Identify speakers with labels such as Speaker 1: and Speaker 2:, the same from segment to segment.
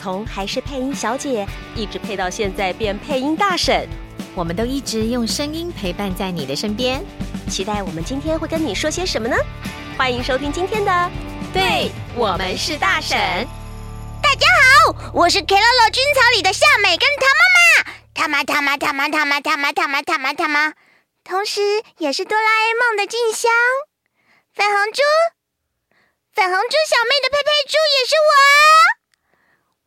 Speaker 1: 从还是配音小姐，一直配到现在变配音大婶，
Speaker 2: 我们都一直用声音陪伴在你的身边。
Speaker 1: 期待我们今天会跟你说些什么呢？欢迎收听今天的，
Speaker 2: 对我们是大婶。
Speaker 3: 大家好，我是 Keroro 军草里的夏美跟唐妈妈，唐妈唐妈唐妈唐妈唐妈唐妈唐妈，同时也是哆啦 A 梦的静香，粉红猪，粉红猪小妹的佩佩猪也是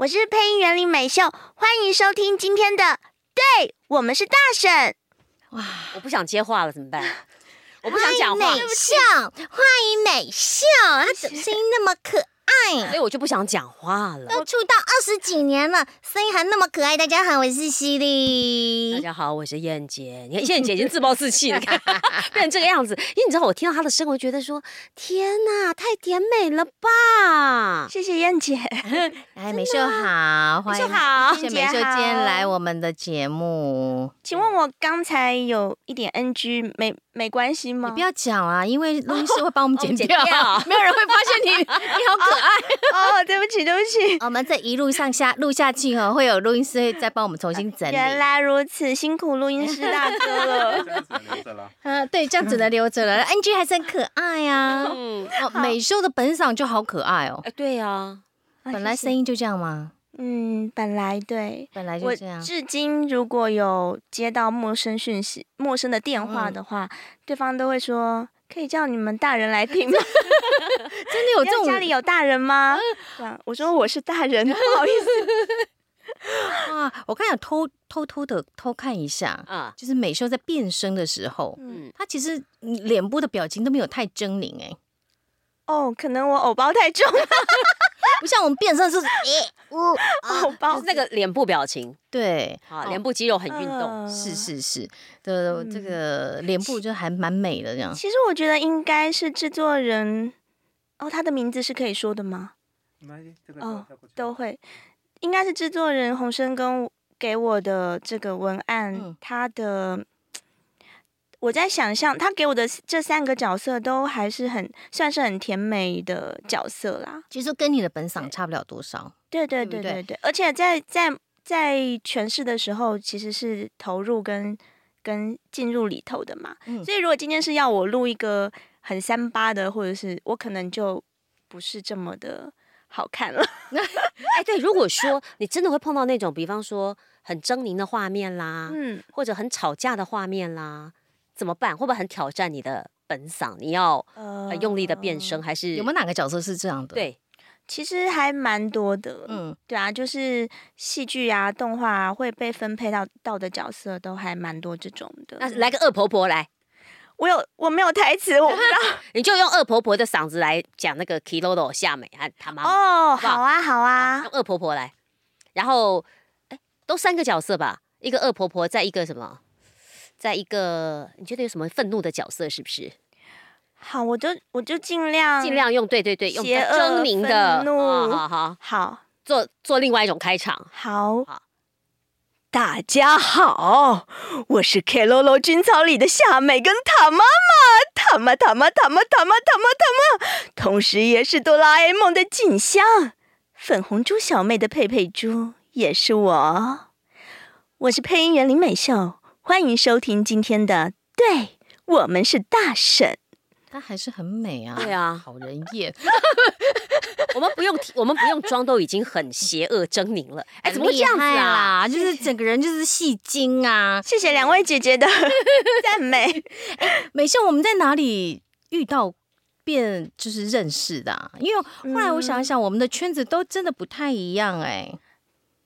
Speaker 3: 我，我是配音员林美秀，欢迎收听今天的，对我们是大婶。
Speaker 1: 哇，我不想接话了，怎么办？我不想讲话
Speaker 3: 欢迎，美秀，欢迎美秀，她怎么声音那么可
Speaker 1: 所
Speaker 3: 爱？啊
Speaker 1: 以我就不想讲话了。
Speaker 3: 都出道二十几年了，声音还那么可爱。大家好，我是西
Speaker 1: 大
Speaker 4: 嗯
Speaker 3: 莉。
Speaker 1: 家好，我是燕姐。你看燕姐已经自暴自弃了，你看变成这个样子。因为你知道，我听到她的声，我就觉得说，天哪，太甜美了吧！
Speaker 3: 谢谢燕姐，
Speaker 2: 哎，美秀好，
Speaker 1: 美
Speaker 2: 欢迎
Speaker 1: 秀好
Speaker 2: 谢谢美
Speaker 3: 燕
Speaker 2: 秀
Speaker 3: 姐
Speaker 2: 今天
Speaker 3: 好
Speaker 2: 来我们的节目。
Speaker 4: 请问我刚才有一点 NG，没没关系吗？
Speaker 2: 你不要讲啊，因为录音师会帮我们
Speaker 1: 帮我
Speaker 2: 剪
Speaker 1: 们剪
Speaker 2: 掉，
Speaker 1: 掉
Speaker 2: 没有人会发现你，你好可爱。
Speaker 4: 哦， 对不起，对不 起。
Speaker 2: 我们这一路上下录下去哦，会有录音师会再帮我们重新整理。
Speaker 4: 原来如此，辛苦录音师大哥 了。
Speaker 5: 这样子留着了。
Speaker 2: 啊，对，这样只能留着了。NG 还是很可爱啊，
Speaker 1: 嗯，
Speaker 2: 哦美秀的本嗓就好可爱 哦。
Speaker 1: 哎，对呀，
Speaker 4: 啊
Speaker 2: 本来
Speaker 4: 谢谢
Speaker 2: 声音就这样吗？
Speaker 4: 嗯，本来对。
Speaker 2: 本来就
Speaker 4: 我
Speaker 2: 这样。
Speaker 4: 至今如果有接到陌生讯息、陌生的电话
Speaker 2: 嗯
Speaker 4: 的话，对方都会说：“可以叫你们大人来听吗？
Speaker 2: 真的有 这种
Speaker 4: 家里有大 人吗？”这样我说我是大人，不好意思。
Speaker 2: 啊？我刚想偷偷偷的偷看一下，
Speaker 1: 啊，
Speaker 2: 就是美秀在变声的时候，
Speaker 1: 嗯，
Speaker 2: 她其实脸部的表情都没有太狰狞哎、
Speaker 4: 哦，可能我偶包 太重了，
Speaker 2: 不像我们变声是
Speaker 3: 我
Speaker 2: 哦
Speaker 4: 偶
Speaker 1: 哦
Speaker 4: 包
Speaker 1: 就是那个脸部表情
Speaker 2: 对，
Speaker 1: 啊，脸部肌肉很运动。
Speaker 4: 呃
Speaker 2: 是是是的，这
Speaker 4: 嗯
Speaker 2: 个脸部就还蛮美的这样。
Speaker 4: 其实我觉得应该是制作人，哦，他的名字是可以说的吗？
Speaker 5: 来，这个
Speaker 4: 哦
Speaker 5: 带过去
Speaker 4: 都会，应该是制作人洪生跟我给我的这个文案，
Speaker 2: 嗯
Speaker 4: 他的我在想象他给我的这三个角色都还是很算是很甜美的角色啦。
Speaker 2: 其实跟你的本嗓差不了多少。
Speaker 4: 对对
Speaker 2: 对
Speaker 4: 对
Speaker 2: 不
Speaker 4: 对对，而且在在在诠释的时候，其实是投入跟跟进入里头的嘛。
Speaker 2: 嗯
Speaker 4: 所以如果今天是要我录一个很三八的，或者是我可能就不是这么的好看了。
Speaker 1: 哎，对，如果说你真的会碰到那种，比方说很狰狞的画面啦，
Speaker 4: 嗯，
Speaker 1: 或者很吵架的画面啦，怎么办？会不会很挑战你的本嗓？你要
Speaker 4: 呃
Speaker 1: 很用力的变声，。还是
Speaker 2: 有没有哪个角色是这样的？，
Speaker 1: 对？
Speaker 4: 其实还蛮多的，嗯，
Speaker 2: 嗯，
Speaker 4: 对啊，就是戏剧啊、动画啊会被分配到到的角色都还蛮多这种的。
Speaker 1: 那来个恶婆婆来，
Speaker 4: 我有我没有台词，我不知道。
Speaker 1: 你就用恶婆婆的嗓子来讲那个 Kilolo 夏美和她妈妈。
Speaker 4: 哦，
Speaker 1: 不好
Speaker 4: 好啊，好啊
Speaker 1: 用，恶婆婆来，然后哎，都三个角色吧，一个恶婆婆，在一个什么，在一个你觉得有什么愤怒的角色是不是？
Speaker 4: 好，我就我就尽量
Speaker 1: 尽量用对对对，用
Speaker 4: 邪
Speaker 1: 狰
Speaker 4: 恶
Speaker 1: 狞的，
Speaker 4: 愤怒
Speaker 1: 好好好，
Speaker 4: 好。
Speaker 1: 做做另外一种开场。
Speaker 4: 好
Speaker 1: 好，
Speaker 4: 大家好，我是 Keroro 军草里的夏美跟塔妈妈，塔妈塔妈塔妈塔妈塔妈塔妈，同时也是哆啦 A 梦的静香，粉红猪小妹的佩佩猪也是我，我是配音员林美秀，欢迎收听今天的，对我们是大婶，
Speaker 2: 她还是很美啊。
Speaker 1: 对啊
Speaker 2: 好 人厌。
Speaker 1: 我们不用提我们不用装，都已经很邪恶狰狞了。哎，
Speaker 2: 很
Speaker 1: 怎么会这样子
Speaker 2: 厉害
Speaker 1: 啊？
Speaker 2: 啦？就是整个人就是戏精啊。
Speaker 4: 谢谢两位姐姐的 赞美，
Speaker 2: 美秀，我们在哪里遇到？变就是
Speaker 1: 嗯
Speaker 2: 认识的、啊，因为后来我想一想，我们的圈子都真的不太一样哎、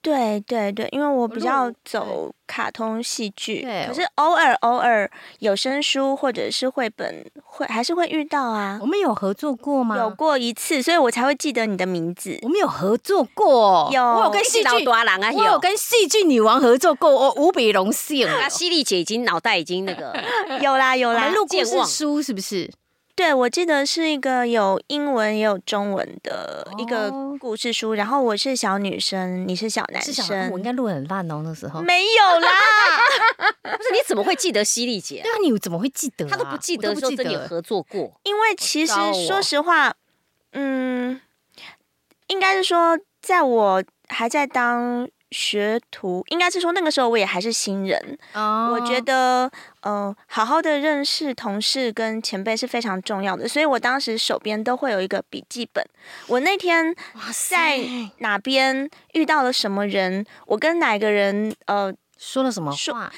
Speaker 4: 对对对，因为我比较
Speaker 1: 录
Speaker 4: 走卡通戏剧，
Speaker 2: 哦对哦
Speaker 4: 可是偶尔偶尔有声书或者是绘本会还是会遇到啊
Speaker 2: 我，们有合作过哦吗？
Speaker 4: 有过一次，所以我才会记得你的 名字。
Speaker 2: 我们有合作过，
Speaker 4: 有
Speaker 2: 我有跟戏
Speaker 1: 一直
Speaker 2: 剧
Speaker 1: 老大人啊
Speaker 2: 我有
Speaker 1: 有
Speaker 2: 跟戏剧女王合作过，我无比 荣幸。
Speaker 1: 那犀利姐已经脑袋已经那个，
Speaker 4: 有啦有
Speaker 2: 我
Speaker 4: 啦
Speaker 2: 们，录故
Speaker 1: 健
Speaker 2: 事
Speaker 1: 忘
Speaker 2: 书是不是？
Speaker 4: 对我记得是一个有英文也有中文的一个
Speaker 2: 哦
Speaker 4: 故事书，然后我是小女生，你是小男
Speaker 2: 是想我应
Speaker 4: 生，
Speaker 2: 该录得很烂哦，那时候。
Speaker 4: 没有啦，
Speaker 1: 不是你怎么会记得犀利姐
Speaker 2: 对？啊，你怎么会记得啊、
Speaker 1: 她都不记
Speaker 2: 我
Speaker 1: 得
Speaker 2: 都
Speaker 1: 说
Speaker 2: 不记
Speaker 1: 跟你
Speaker 2: 得。
Speaker 1: 合作过，
Speaker 4: 因为其实
Speaker 1: 糟哦
Speaker 4: 说实话，嗯，应该是说，在我还在当学徒，应该是说那个时候我也还是新人。
Speaker 2: 哦
Speaker 4: 我觉得，呃，好好的认识同事跟前辈是非常重要的，所以我当时手边都会有一个笔记本。我那天
Speaker 2: 哇塞
Speaker 4: 在，哪边遇到了什么人，我跟哪个人，呃，
Speaker 2: 说了什么
Speaker 4: 说
Speaker 2: 话？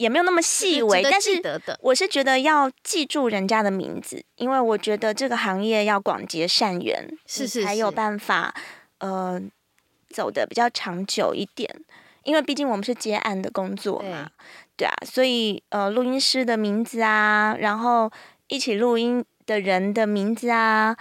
Speaker 4: 也没有那么细微，但是
Speaker 2: 得的
Speaker 4: 我是觉得要记住人家的名字，因为我觉得这个行业要广结善缘，
Speaker 2: 是
Speaker 4: 你
Speaker 2: 是
Speaker 4: 才有
Speaker 2: 是
Speaker 4: 办法呃走的比较长久一点。因为毕竟我们是接案的工作嘛，对啊，所以呃，录音师的名字啊，然后一起录音的人的名字啊，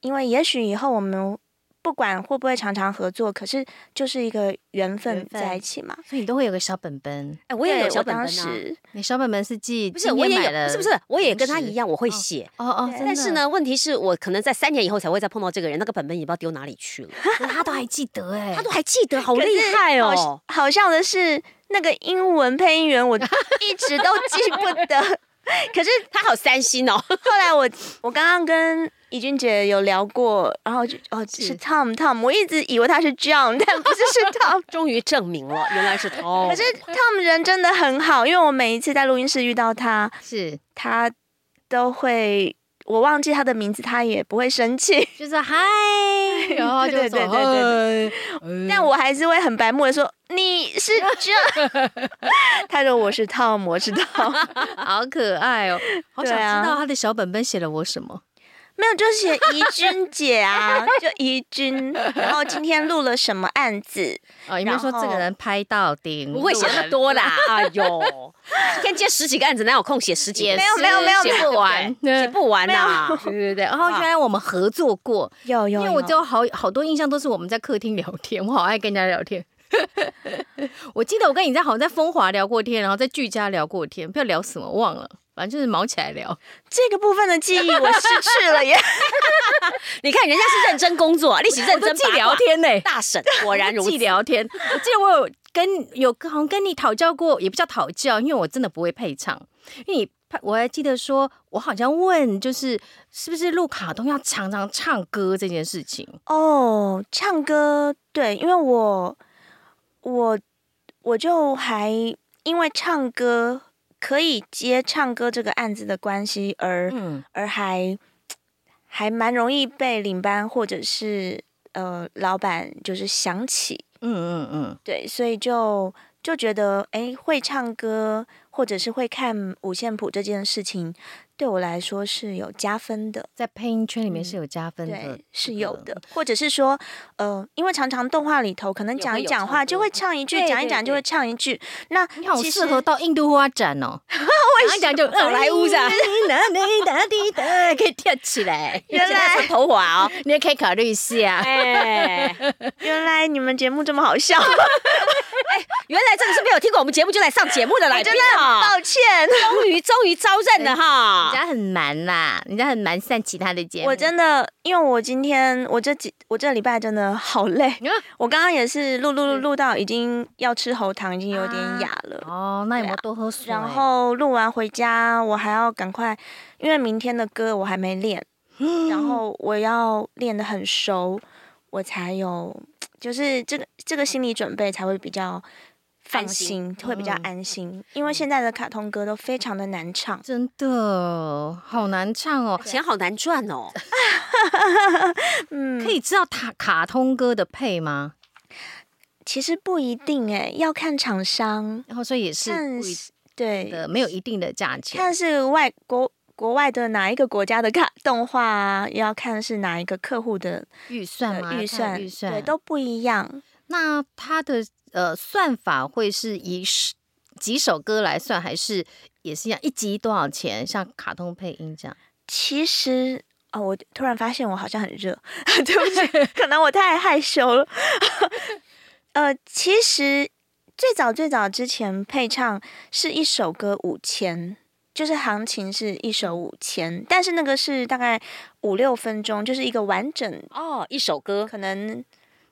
Speaker 4: 因为也许以后我们不管会不会常常合作，可是就是一个缘分
Speaker 2: 缘分
Speaker 4: 在一起嘛。
Speaker 2: 所以你都会有个小本本，
Speaker 1: 哎，我也有
Speaker 4: 对
Speaker 1: 小本本
Speaker 4: 当
Speaker 1: 啊，
Speaker 4: 时
Speaker 2: 你小本本是记
Speaker 1: 不
Speaker 2: 今
Speaker 1: 是我
Speaker 2: 天
Speaker 1: 也
Speaker 2: 买了
Speaker 1: 有，是不是？我也跟她
Speaker 2: 零食
Speaker 1: 一样，我会
Speaker 2: 哦
Speaker 1: 写。
Speaker 2: 哦哦，
Speaker 4: 对
Speaker 2: 真的
Speaker 1: 但是，呢，问题是我可能在三年以后才会再碰到这个人，那个本本也不知道丢哪里去了，
Speaker 2: 可是他都还记 得哎，
Speaker 1: 他都还记得，好
Speaker 4: 可是
Speaker 1: 厉害哦
Speaker 4: 好！好笑的是，那个英文配音员我一直都记不 得。可是
Speaker 1: 他好三心哦，
Speaker 4: 后来我我刚刚跟怡君姐有聊过，然后就哦
Speaker 2: 是
Speaker 4: 是 Tom Tom，我一直以为他是 John，但不是 是 Tom。
Speaker 1: 终于证明了原来是他。
Speaker 4: 可是哦 Tom 人真的很好，因为我每一次在录音室遇到他，
Speaker 2: 是
Speaker 4: 他都会我忘记他的名字，他也不会生气，
Speaker 2: 就是 嗨，然后就
Speaker 4: 对对对对
Speaker 2: 对
Speaker 1: 嗯
Speaker 4: 但我还是会很白目的说你是 John，他 说我是 Tom，我是 Tom。
Speaker 2: 好可爱 哦，好想
Speaker 4: 对啊
Speaker 2: 知道他的小本本写了我什么。
Speaker 4: 没有，就写怡君姐啊，就怡 君。然后今天录了什么案子？
Speaker 2: 哦，有没有说这个人拍到顶？
Speaker 1: 不会写那么多啦，哎呦，一天接十几个案子，哪有空写十几
Speaker 2: 也
Speaker 1: 个？
Speaker 2: 是
Speaker 4: 有没有没有
Speaker 2: 写不完，
Speaker 1: 写
Speaker 2: 对
Speaker 1: 不完啊呐、
Speaker 2: 对对对。然后原来我们合作过，
Speaker 4: 有
Speaker 2: 因
Speaker 4: 有
Speaker 2: 为我就好好多印象都是我们在客厅聊天，我好爱跟人家聊天。 我记得我跟你在好像在风华聊过天，然后在聚家聊过天，不知道聊什么忘了，反正就是毛起来聊。
Speaker 4: 这个部分的记忆我失去了 耶。
Speaker 1: 你看人家是认真工作，历史认
Speaker 2: 我都
Speaker 1: 真
Speaker 2: 记
Speaker 1: 八
Speaker 2: 聊
Speaker 1: 卦。
Speaker 2: 天呢、
Speaker 1: 大婶果然如
Speaker 2: 记
Speaker 1: 此，
Speaker 2: 聊天。我记得我有跟有好像跟你讨教过，也不叫讨教，因为我真的不会配唱。因为你我还记得说，我好像问就是是不是录卡通要常常唱歌这件事情。
Speaker 4: 哦，唱歌对，因为我我我就还因为唱歌可以接唱歌这个案子的关系而，而、
Speaker 2: 嗯，
Speaker 4: 还还蛮容易被领班或者是呃老板就是想起。
Speaker 2: 嗯嗯嗯，
Speaker 4: 对，所以就就觉得，哎，会唱歌或者是会看五线谱这件事情，对我来说是有加分的，
Speaker 2: 在配音圈里面是有加分的，
Speaker 4: 嗯
Speaker 2: 嗯
Speaker 4: 对，是有的。或者是说，呃，因为常常动画里头可能
Speaker 1: 也
Speaker 4: 讲
Speaker 1: 会
Speaker 4: 一
Speaker 1: 有
Speaker 4: 讲
Speaker 1: 唱
Speaker 4: 话就
Speaker 1: 歌
Speaker 4: 会唱一句，
Speaker 1: 对
Speaker 4: 讲一
Speaker 1: 对
Speaker 4: 讲就
Speaker 1: 对
Speaker 4: 会唱一句。那
Speaker 2: 你好
Speaker 4: 其
Speaker 2: 适
Speaker 4: 实
Speaker 2: 合到印度花展 哦，讲一讲就好
Speaker 1: 莱坞 展
Speaker 2: 可以跳起 来，
Speaker 4: 原来
Speaker 1: 是头滑哦。
Speaker 2: 你也可以考虑一下。
Speaker 1: 哎，
Speaker 4: 原来你们节目这么好 笑，
Speaker 1: 原来这个是没有听过我们节目就来上节目的来宾
Speaker 4: 真的很
Speaker 1: 啊！
Speaker 4: 抱 歉，
Speaker 1: 终于终于招认了
Speaker 2: 人
Speaker 1: 哈！
Speaker 2: 家很蛮啦，人家很蛮善其他的节目。
Speaker 4: 我真的，因为我今天我这几我这礼拜真的好累，我刚刚也是录录录录到已经要吃喉糖，已经有点
Speaker 2: 啊
Speaker 4: 哑了。
Speaker 2: 哦，那有没有多喝水？
Speaker 4: 啊然后录完回家，我还要赶快，因为明天的歌我还没练，然后我要练得很熟，我才有，就是这个这个心理准备才会比较放
Speaker 1: 安
Speaker 4: 心
Speaker 1: 心，
Speaker 4: 会比较安心。因为现在的卡通歌都非常的难唱，
Speaker 2: 真的好难唱哦。
Speaker 1: 钱好难赚哦，
Speaker 4: 嗯，
Speaker 2: 可以知道卡卡通歌的配吗？
Speaker 4: 其实不一定诶，要看厂商，
Speaker 2: 然后所以也是
Speaker 4: 看
Speaker 2: 不一
Speaker 4: 是对，
Speaker 2: 的，没有一定的价钱。
Speaker 4: 看是外国。国外的哪一个国家的卡动画啊，也要看是哪一个客户的
Speaker 2: 预算
Speaker 4: 呃
Speaker 2: 吗？
Speaker 4: 预
Speaker 2: 看
Speaker 4: 算
Speaker 2: 预算
Speaker 4: 对都不一样。
Speaker 2: 那它的呃算法会是以是几首歌来算，还是也是一样一集多少钱？像卡通配音这样？
Speaker 4: 其实哦，我突然发现我好像很热， 对不起，可能我太害羞了。 呃，其实最早最早之前配唱是一首歌五千，就是行情是一首五千，但是那个是大概五六分钟，就是一个完整，
Speaker 1: 哦，一首歌
Speaker 4: 可能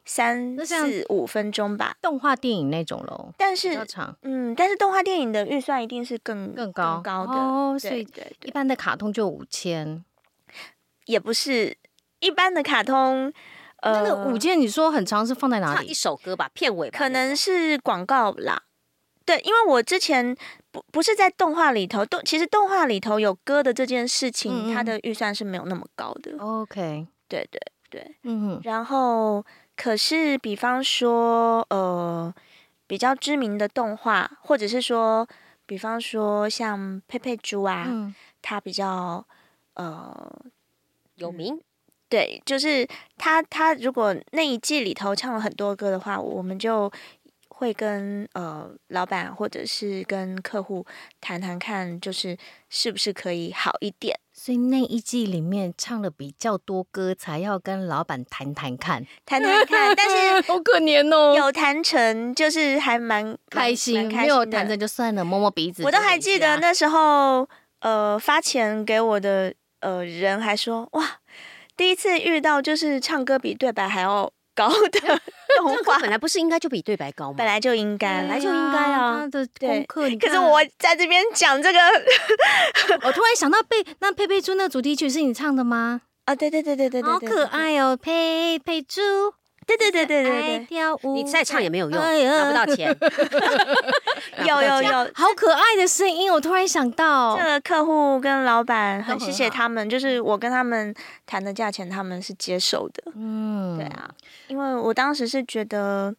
Speaker 4: 三
Speaker 2: 那这样
Speaker 4: 四五分钟吧。
Speaker 2: 动画电影那种咯，
Speaker 4: 但
Speaker 2: 比较
Speaker 4: 是，
Speaker 2: 长。
Speaker 4: 嗯，但是动画电影的预算一定是更
Speaker 2: 更高
Speaker 4: 高的
Speaker 2: 哦所
Speaker 4: 对
Speaker 2: 以
Speaker 4: 对对
Speaker 2: 一般的卡通就五千、
Speaker 4: 也不是一般的卡通，
Speaker 2: 那
Speaker 4: 呃，
Speaker 2: 个五千你说很长是放在哪
Speaker 1: 唱一
Speaker 2: 里？
Speaker 1: 首歌吧，片尾吧
Speaker 4: 可能是广告啦。对，因为我之前不不是在动画里头，动其实动画里头有歌的这件事情，
Speaker 2: 嗯嗯哦
Speaker 4: 它的预算是没有那么高的。
Speaker 2: OK，
Speaker 4: 对对对。
Speaker 2: 嗯哼，
Speaker 4: 然后，可是比方说，呃，比较知名的动画，或者是说，比方说像佩佩猪啊，
Speaker 2: 嗯，
Speaker 4: 它比较呃
Speaker 1: 有名
Speaker 4: 对，就是他他如果那一季里头唱了很多歌的话，我们就会跟呃老板或者是跟客户谈谈看，就是是不是可以好一点。
Speaker 2: 所以那一季里面唱了比较多歌，才要跟老板谈谈看。
Speaker 4: 谈谈看，但是
Speaker 2: 好可怜哦
Speaker 4: 有谈成，就是还蛮蛮
Speaker 2: 开心，
Speaker 4: 蛮开
Speaker 2: 没有
Speaker 4: 心的
Speaker 2: 谈成就算了，摸摸鼻子。
Speaker 4: 我都还记得
Speaker 2: 啊
Speaker 4: 那时候，呃，发钱给我的呃人还说，哇，第一次遇到就是唱歌比对白还要高的 动
Speaker 1: 这
Speaker 4: 画
Speaker 1: 个，本来不是应该就比对白高吗？
Speaker 4: 本来就应该，
Speaker 2: 本
Speaker 1: 来就应该啊
Speaker 2: 他的
Speaker 4: 对
Speaker 2: 功课。你
Speaker 4: 可是
Speaker 2: 看
Speaker 4: 我，在这边讲这个
Speaker 2: 我突然想到贝那佩佩猪那主题曲是你唱的吗？
Speaker 4: 啊，对对对对对对，
Speaker 2: 好可，爱哦，佩佩猪
Speaker 4: 对对对对
Speaker 2: 爱
Speaker 4: 对
Speaker 2: 跳舞。
Speaker 1: 你再唱也没有用，
Speaker 2: 哎呀
Speaker 1: 拿不到 钱。
Speaker 4: 哎对，哦有有有，
Speaker 2: 好可爱的声音，我突然想到
Speaker 4: 这，个客户跟老板哦很
Speaker 2: 都
Speaker 4: 谢
Speaker 2: 很
Speaker 4: 谢
Speaker 2: 好
Speaker 4: 他们，就是我跟他们谈的价钱，他们是接受的，
Speaker 2: 嗯，
Speaker 4: 对，啊，因为我当时是觉得。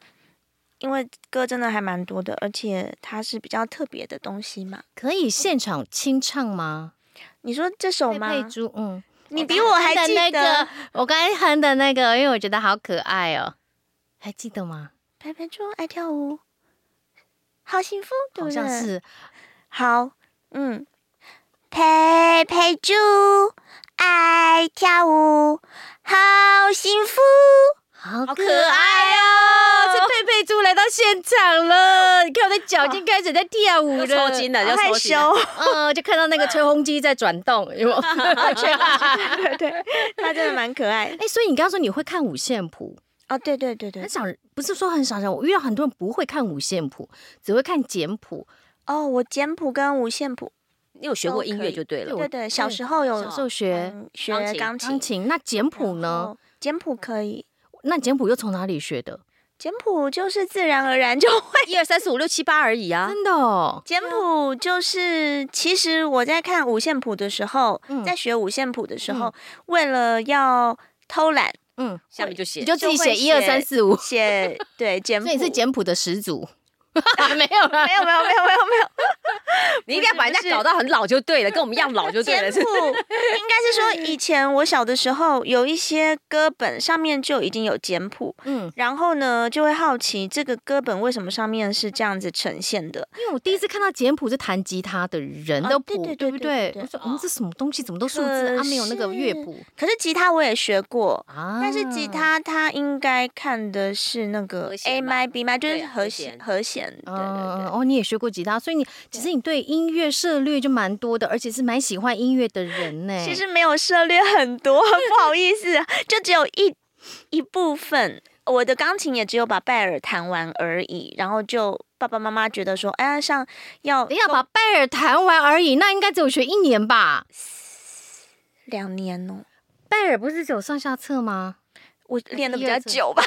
Speaker 4: 因为歌真的还蛮多的，而且它是比较特别的东西嘛。
Speaker 2: 可以现场清唱吗？
Speaker 4: 你说这首
Speaker 2: 佩
Speaker 4: 吗？
Speaker 2: 佩猪，嗯，
Speaker 4: 你比我还
Speaker 2: 哼
Speaker 4: 记
Speaker 2: 的那
Speaker 4: 得
Speaker 2: 个，我刚才哼的那个，因为我觉得好可爱哦，还记得吗？
Speaker 4: 佩佩猪爱跳舞，好幸福，对
Speaker 2: 好
Speaker 4: 不对？
Speaker 2: 像是，
Speaker 4: 好，嗯，
Speaker 3: 佩佩猪爱跳舞，好幸 福。
Speaker 2: 好
Speaker 1: 好
Speaker 2: 可
Speaker 1: 可
Speaker 2: 爱哦！这佩佩猪来到现场了，你看我的脚已经开始在跳舞
Speaker 1: 又
Speaker 2: 了，
Speaker 1: 抽筋了，又
Speaker 4: 害
Speaker 1: 抽筋了。
Speaker 4: 羞。
Speaker 2: 嗯，就看到那个吹风机在转动， 有没有？哎，
Speaker 4: 对对，他真的蛮可爱的。
Speaker 2: 所以你刚刚说你会看五线谱，
Speaker 4: 哦，对对对对
Speaker 2: 很，少人，不是说很少人，我遇到很多人不会看五线谱，只会看简谱。
Speaker 4: 哦，我简谱跟五线谱，
Speaker 1: 你有学过音乐就对
Speaker 2: 都
Speaker 1: 了
Speaker 2: 可以，
Speaker 4: 对对，小时候有
Speaker 2: 小时候学
Speaker 4: 嗯
Speaker 1: 钢
Speaker 4: 学
Speaker 1: 琴
Speaker 4: 钢
Speaker 2: 钢
Speaker 4: 琴，
Speaker 2: 琴，那简谱
Speaker 4: 然
Speaker 2: 呢？
Speaker 4: 后？简谱可以，
Speaker 2: 那简谱又从哪里学的？
Speaker 4: 简谱就是自然而然就会。
Speaker 1: 一二三四五六七八而已啊。
Speaker 2: 真的哦，
Speaker 4: 简谱就是，其实我在看五线谱的时候，
Speaker 2: 嗯
Speaker 4: 在学五线谱的时候，为了要偷懒
Speaker 2: 嗯，
Speaker 1: 下面就写
Speaker 2: 你就自己写
Speaker 4: 就会写
Speaker 2: 一二三四五，
Speaker 4: 写对简谱，
Speaker 2: 所以你是简谱的始祖。没有啦，
Speaker 4: 没有没有没有没有没有，
Speaker 1: 你一定要把人家搞到很老就对了，跟我们一样老就对
Speaker 4: 简
Speaker 1: 了。
Speaker 4: 谱应该是说，以前我小的时候有一些歌本上面就已经有简谱，
Speaker 2: 嗯，
Speaker 4: 然后呢就会好奇这个歌本为什么上面是这样子呈现的。
Speaker 2: 因为我第一次看到简谱是弹吉他的人
Speaker 4: 哦
Speaker 2: 的
Speaker 4: 对
Speaker 2: 谱，对
Speaker 4: 对对
Speaker 2: 不
Speaker 4: 对对对
Speaker 2: 我说，嗯，这什么东西？怎么都数字？
Speaker 4: 可
Speaker 2: 啊，没有那个乐
Speaker 4: 是
Speaker 2: 谱
Speaker 4: 可是吉他我也学过，
Speaker 2: 啊。
Speaker 4: 但是吉他它应该看的是那个
Speaker 1: 和弦
Speaker 4: A
Speaker 1: 吧
Speaker 4: m B m 就
Speaker 1: 对
Speaker 4: 是
Speaker 1: 啊
Speaker 4: 和
Speaker 1: 和
Speaker 4: 弦
Speaker 1: 弦
Speaker 4: 和弦。对对
Speaker 2: 嗯，
Speaker 4: 对。
Speaker 2: 哦，你也学过吉他，所以你其实你对音乐涉略就蛮多的，而且是蛮喜欢音乐的人呢。
Speaker 4: 其实没有涉猎很多， 不好意思啊，就只有一一部分。我的钢琴也只有把拜耳弹完而已，然后就爸爸妈妈觉得说，哎，像要
Speaker 2: 等一下把拜尔弹完而已，那应该只有学一年吧？
Speaker 4: 两年哦，
Speaker 2: 拜尔不是只有上下册吗？
Speaker 4: 我练的比
Speaker 2: 第
Speaker 4: 较
Speaker 2: 二次
Speaker 4: 久吧，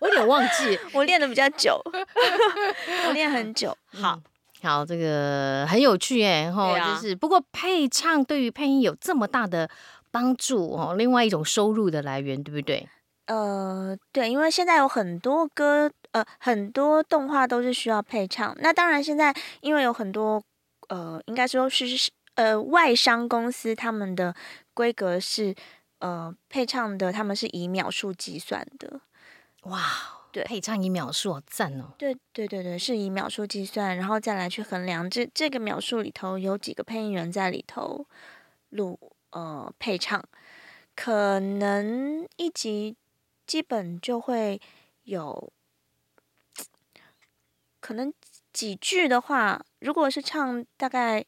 Speaker 2: 我有点忘记。
Speaker 4: 我练的比较久， 我练很久。
Speaker 1: 好，
Speaker 2: 好，这个很有趣哎，吼、
Speaker 1: 对啊
Speaker 2: 就是不过配唱对于配音有这么大的帮助哦，另外一种收入的来源，对不对？
Speaker 4: 呃，对，因为现在有很多歌，呃，很多动画都是需要配唱。那当然，现在因为有很多，呃，应该说是是呃外商公司他们的规格是，呃，配唱的他们是以秒数计算的。
Speaker 2: 哇，
Speaker 4: 对
Speaker 2: 配唱一秒数，好赞哦！
Speaker 4: 对对对对，是以秒数计算，然后再来去衡量这这个秒数里头有几个配音员在里头录呃配唱，可能一集基本就会有，可能几句的话，如果是唱大概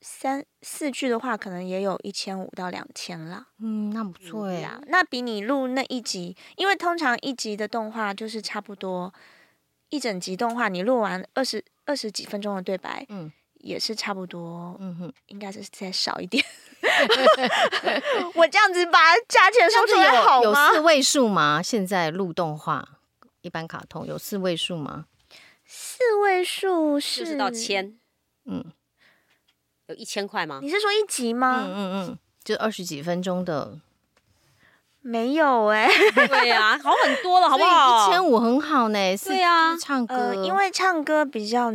Speaker 4: 三四句的话，可能也有一千五到两千啦。
Speaker 2: 嗯，那不错哎、
Speaker 4: 呀，那比你录那一集，因为通常一集的动画就是差不多一整集动画，你录完二十二十几分钟的对白，
Speaker 2: 嗯
Speaker 4: 也是差不多，
Speaker 2: 嗯哼，
Speaker 4: 应该是再少一点。 我这样子把它加起来说出
Speaker 2: 这样
Speaker 4: 来
Speaker 2: 子
Speaker 4: 好
Speaker 2: 有有
Speaker 4: 吗？
Speaker 2: 四位数吗？现在录动画，一般卡通有四位数吗？
Speaker 4: 四位数是
Speaker 1: 就是到，千，
Speaker 2: 嗯
Speaker 1: 有一千块吗？
Speaker 4: 你是说一集
Speaker 2: 嗯
Speaker 4: 吗？
Speaker 2: 嗯嗯，就二十几分钟的，
Speaker 4: 没有哎、
Speaker 1: 对 啊，好很多了，好不好？
Speaker 2: 一千五很好呢。是
Speaker 1: 对啊
Speaker 2: 是唱歌，
Speaker 4: 呃，因为唱歌比较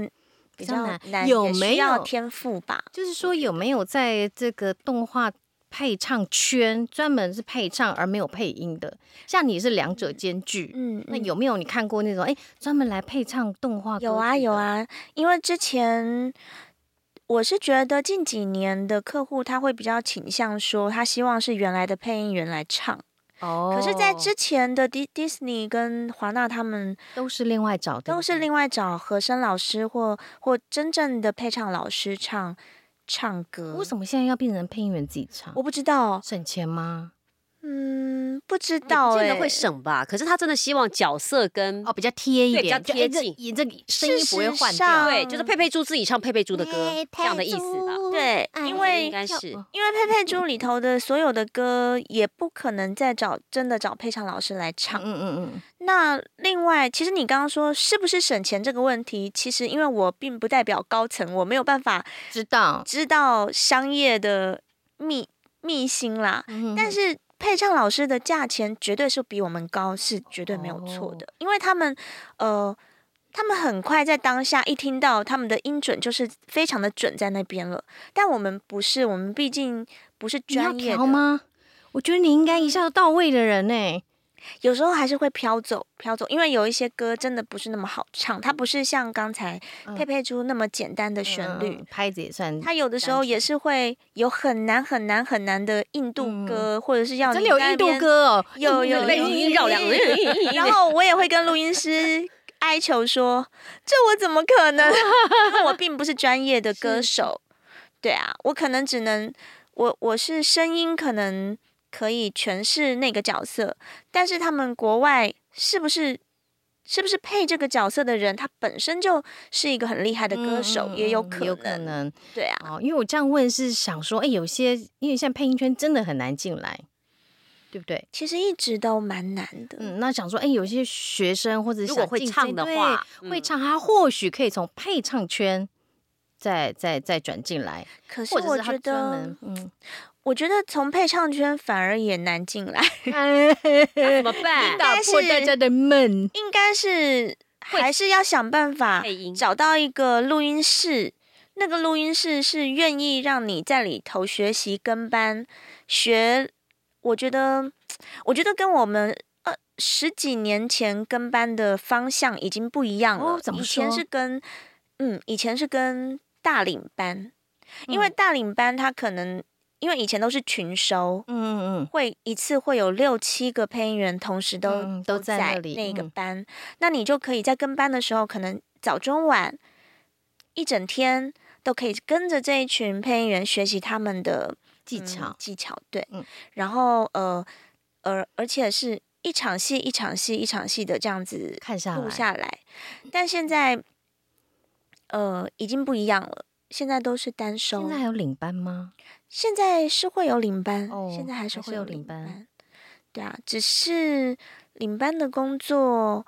Speaker 4: 比
Speaker 2: 较
Speaker 4: 较
Speaker 2: 难
Speaker 4: 难，
Speaker 2: 有
Speaker 4: 也需
Speaker 2: 没
Speaker 4: 要
Speaker 2: 有
Speaker 4: 天赋吧？
Speaker 2: 就是说有没有在这个动画配唱圈专门是配唱而没有配音的？像你是两者兼具，
Speaker 4: 嗯，
Speaker 2: 那
Speaker 4: 嗯
Speaker 2: 有没有你看过那种哎专门来配唱动画？
Speaker 4: 有啊有，啊，因为之前我是觉得近几年的客户他会比较倾向说，他希望是原来的配音员来唱。
Speaker 2: 哦，
Speaker 4: 可是，在之前的迪迪士尼跟华纳他们
Speaker 2: 都是另外找的，
Speaker 4: 都是另外找和声老师或或真正的配唱老师唱唱歌。
Speaker 2: 为什么现在要变成配音员自己唱
Speaker 4: 我？不知道，
Speaker 2: 省钱吗？
Speaker 4: 嗯，不知
Speaker 1: 也
Speaker 4: 道
Speaker 1: 不
Speaker 4: 哎、
Speaker 1: 见得会省吧？可是他真的希望角色跟
Speaker 2: 哦，比较贴一
Speaker 1: 对
Speaker 2: 点，
Speaker 1: 比较贴
Speaker 2: 就哎
Speaker 1: 近
Speaker 2: 这这声音不会换
Speaker 4: 事实
Speaker 2: 掉
Speaker 4: 上。
Speaker 1: 对，就是佩佩猪自己唱佩佩猪的歌这样的意思吧？
Speaker 4: 对，因为
Speaker 1: 应该是
Speaker 4: 因为佩佩猪里头的所有的歌也不可能再找真的找配唱老师来唱
Speaker 2: 嗯。嗯嗯
Speaker 4: 那另外，其实你刚刚说是不是省钱这个问题，其实因为我并不代表高层，我没有办法
Speaker 2: 嗯，知道。
Speaker 4: 知道商业的秘秘辛啦。
Speaker 2: 嗯
Speaker 4: 但是配唱老师的价钱绝对是比我们高，是绝对没有错
Speaker 2: 哦
Speaker 4: 的，因为他们呃。他们很快在当下一听到他们的音准就是非常的准在那边了，但我们不是，我们毕竟不是
Speaker 2: 你要
Speaker 4: 专业
Speaker 2: 调
Speaker 4: 的，
Speaker 2: 吗？我觉得你应该一下就到位的人呢。嗯
Speaker 4: 有时候还是会飘走，飘走，因为有一些歌真的不是那么好唱，它不是像刚才
Speaker 2: 嗯
Speaker 4: 佩佩猪那么简单的
Speaker 2: 嗯
Speaker 4: 旋
Speaker 2: 嗯
Speaker 4: 律，
Speaker 2: 嗯拍子也算，
Speaker 4: 它有的时候也是会有很难很难很难的印度歌，或者是要
Speaker 2: 嗯哎真
Speaker 4: 你
Speaker 2: 的有
Speaker 4: 在那
Speaker 2: 印度
Speaker 4: 边，
Speaker 2: 歌哦。
Speaker 4: 有有
Speaker 1: 被
Speaker 4: 有
Speaker 1: 语音绕梁，
Speaker 4: 然后我也会跟录音师哀求说：“这我怎么可能？ 因为我并不是专业的歌手，对啊，我可能只能我我是声音可能可以诠释那个角色，但是他们国外是不是？”是不是配这个角色的人，他本身就是一个很厉害的歌手，
Speaker 2: 嗯嗯
Speaker 4: 也有
Speaker 2: 嗯
Speaker 4: 可能，
Speaker 2: 有可能
Speaker 4: 对啊，
Speaker 2: 哦。因为我这样问是想说，哎，有些因为现在配音圈真的很难进来，对不对？
Speaker 4: 其实一直都蛮难的。
Speaker 2: 嗯，那想说，哎，有些学生或者
Speaker 1: 如果
Speaker 2: 想
Speaker 1: 会
Speaker 2: 竞争
Speaker 1: 唱的
Speaker 2: 对
Speaker 1: 话嗯
Speaker 2: 会唱，他或许可以从配唱圈再再再转进来，
Speaker 4: 可是
Speaker 2: 或者
Speaker 4: 我
Speaker 2: 是他
Speaker 4: 觉
Speaker 2: 专
Speaker 4: 得
Speaker 2: 门，嗯，
Speaker 4: 我觉得从配唱圈反而也难进来，
Speaker 1: 怎么办？
Speaker 2: 嗯打
Speaker 4: 但
Speaker 2: 破
Speaker 4: 是
Speaker 2: 大家的梦。
Speaker 4: 应该是
Speaker 1: 会
Speaker 4: 还是要想办法
Speaker 1: 配音
Speaker 4: 找到一个录音室，那个录音室是愿意让你在里头学习跟班学。我觉得，我觉得跟我们呃十几年前跟班的方向已经不一样了。
Speaker 2: 哦怎么
Speaker 4: 以前
Speaker 2: 说
Speaker 4: 是跟嗯，以前是跟大领班，
Speaker 2: 嗯
Speaker 4: 因为大领班他可能因为以前都是群收，
Speaker 2: 嗯嗯
Speaker 4: 会一次会有六七个配音员同时都、
Speaker 2: 嗯都在那里
Speaker 4: 一个
Speaker 2: 嗯
Speaker 4: 班，那你就可以在跟班的时候，可能早中晚一整天都可以跟着这一群配音员学习他们的
Speaker 2: 技
Speaker 4: 嗯
Speaker 2: 巧
Speaker 4: 技巧对，
Speaker 2: 嗯
Speaker 4: 然后呃而而且是一场戏一场戏一场戏的这样子
Speaker 2: 看下
Speaker 4: 录
Speaker 2: 来，
Speaker 4: 下来，但现在呃已经不一样了。现在都是单收，
Speaker 2: 现在还有领班吗？
Speaker 4: 现在是会有领班，
Speaker 2: 哦
Speaker 4: 现在还是
Speaker 2: 还是
Speaker 4: 会
Speaker 2: 有
Speaker 4: 有
Speaker 2: 领
Speaker 4: 领
Speaker 2: 班
Speaker 4: 班。对啊，只是领班的工作，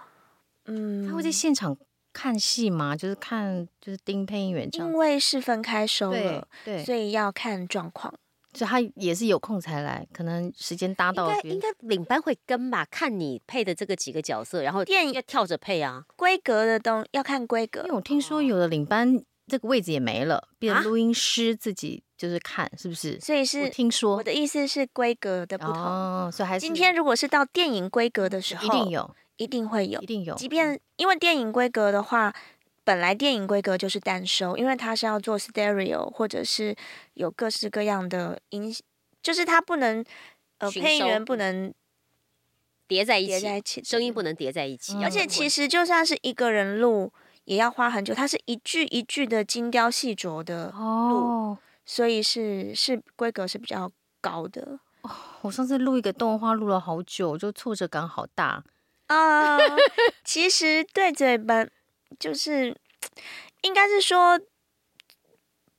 Speaker 4: 嗯，
Speaker 2: 他会在现场看戏吗？就是看就是盯配音员这样
Speaker 4: 因
Speaker 2: 子。
Speaker 4: 为是分开收
Speaker 2: 对
Speaker 4: 了，
Speaker 2: 对，
Speaker 4: 所以要看状况。
Speaker 2: 所以他也是有空才来，可能时间搭
Speaker 1: 应
Speaker 2: 到
Speaker 1: 该
Speaker 2: 别人
Speaker 1: 应该领班会跟吧，看你配的这个几个角色，然后
Speaker 4: 电影
Speaker 1: 要跳着配啊。
Speaker 4: 规格的东要看规
Speaker 2: 因
Speaker 4: 格
Speaker 2: 为，我听说有的领班这个位置也没了，变成
Speaker 1: 啊
Speaker 2: 录音师自己就是看，是不是？
Speaker 4: 所以
Speaker 2: 我
Speaker 4: 是
Speaker 2: 听说
Speaker 4: 我的意思是规格的不同。
Speaker 2: 哦，所以还是
Speaker 4: 今天如果是到电影规格的时候，
Speaker 2: 一定有，
Speaker 4: 一一定会有
Speaker 2: 一。定有。
Speaker 1: 嗯
Speaker 4: 即便因为电影规格的话，本来电影规格就是单收，因为它是要做 stereo 或者是有各式各样的音，就是它不能呃
Speaker 1: 群
Speaker 4: 配音
Speaker 1: 收
Speaker 4: 员不能
Speaker 1: 叠在一
Speaker 4: 叠在
Speaker 1: 起，
Speaker 4: 一起，
Speaker 1: 声音不能叠在一起，
Speaker 2: 嗯
Speaker 1: 要
Speaker 4: 而且
Speaker 1: 混
Speaker 4: 其实就算是一个人录，也要花很久，它是一句一句的精雕细琢的，
Speaker 2: 哦，
Speaker 4: 所以是是规格是比较高的。
Speaker 2: 我上次录一个动画录了好久，就挫折感好 大。
Speaker 4: 啊、其实对嘴本就是应该是说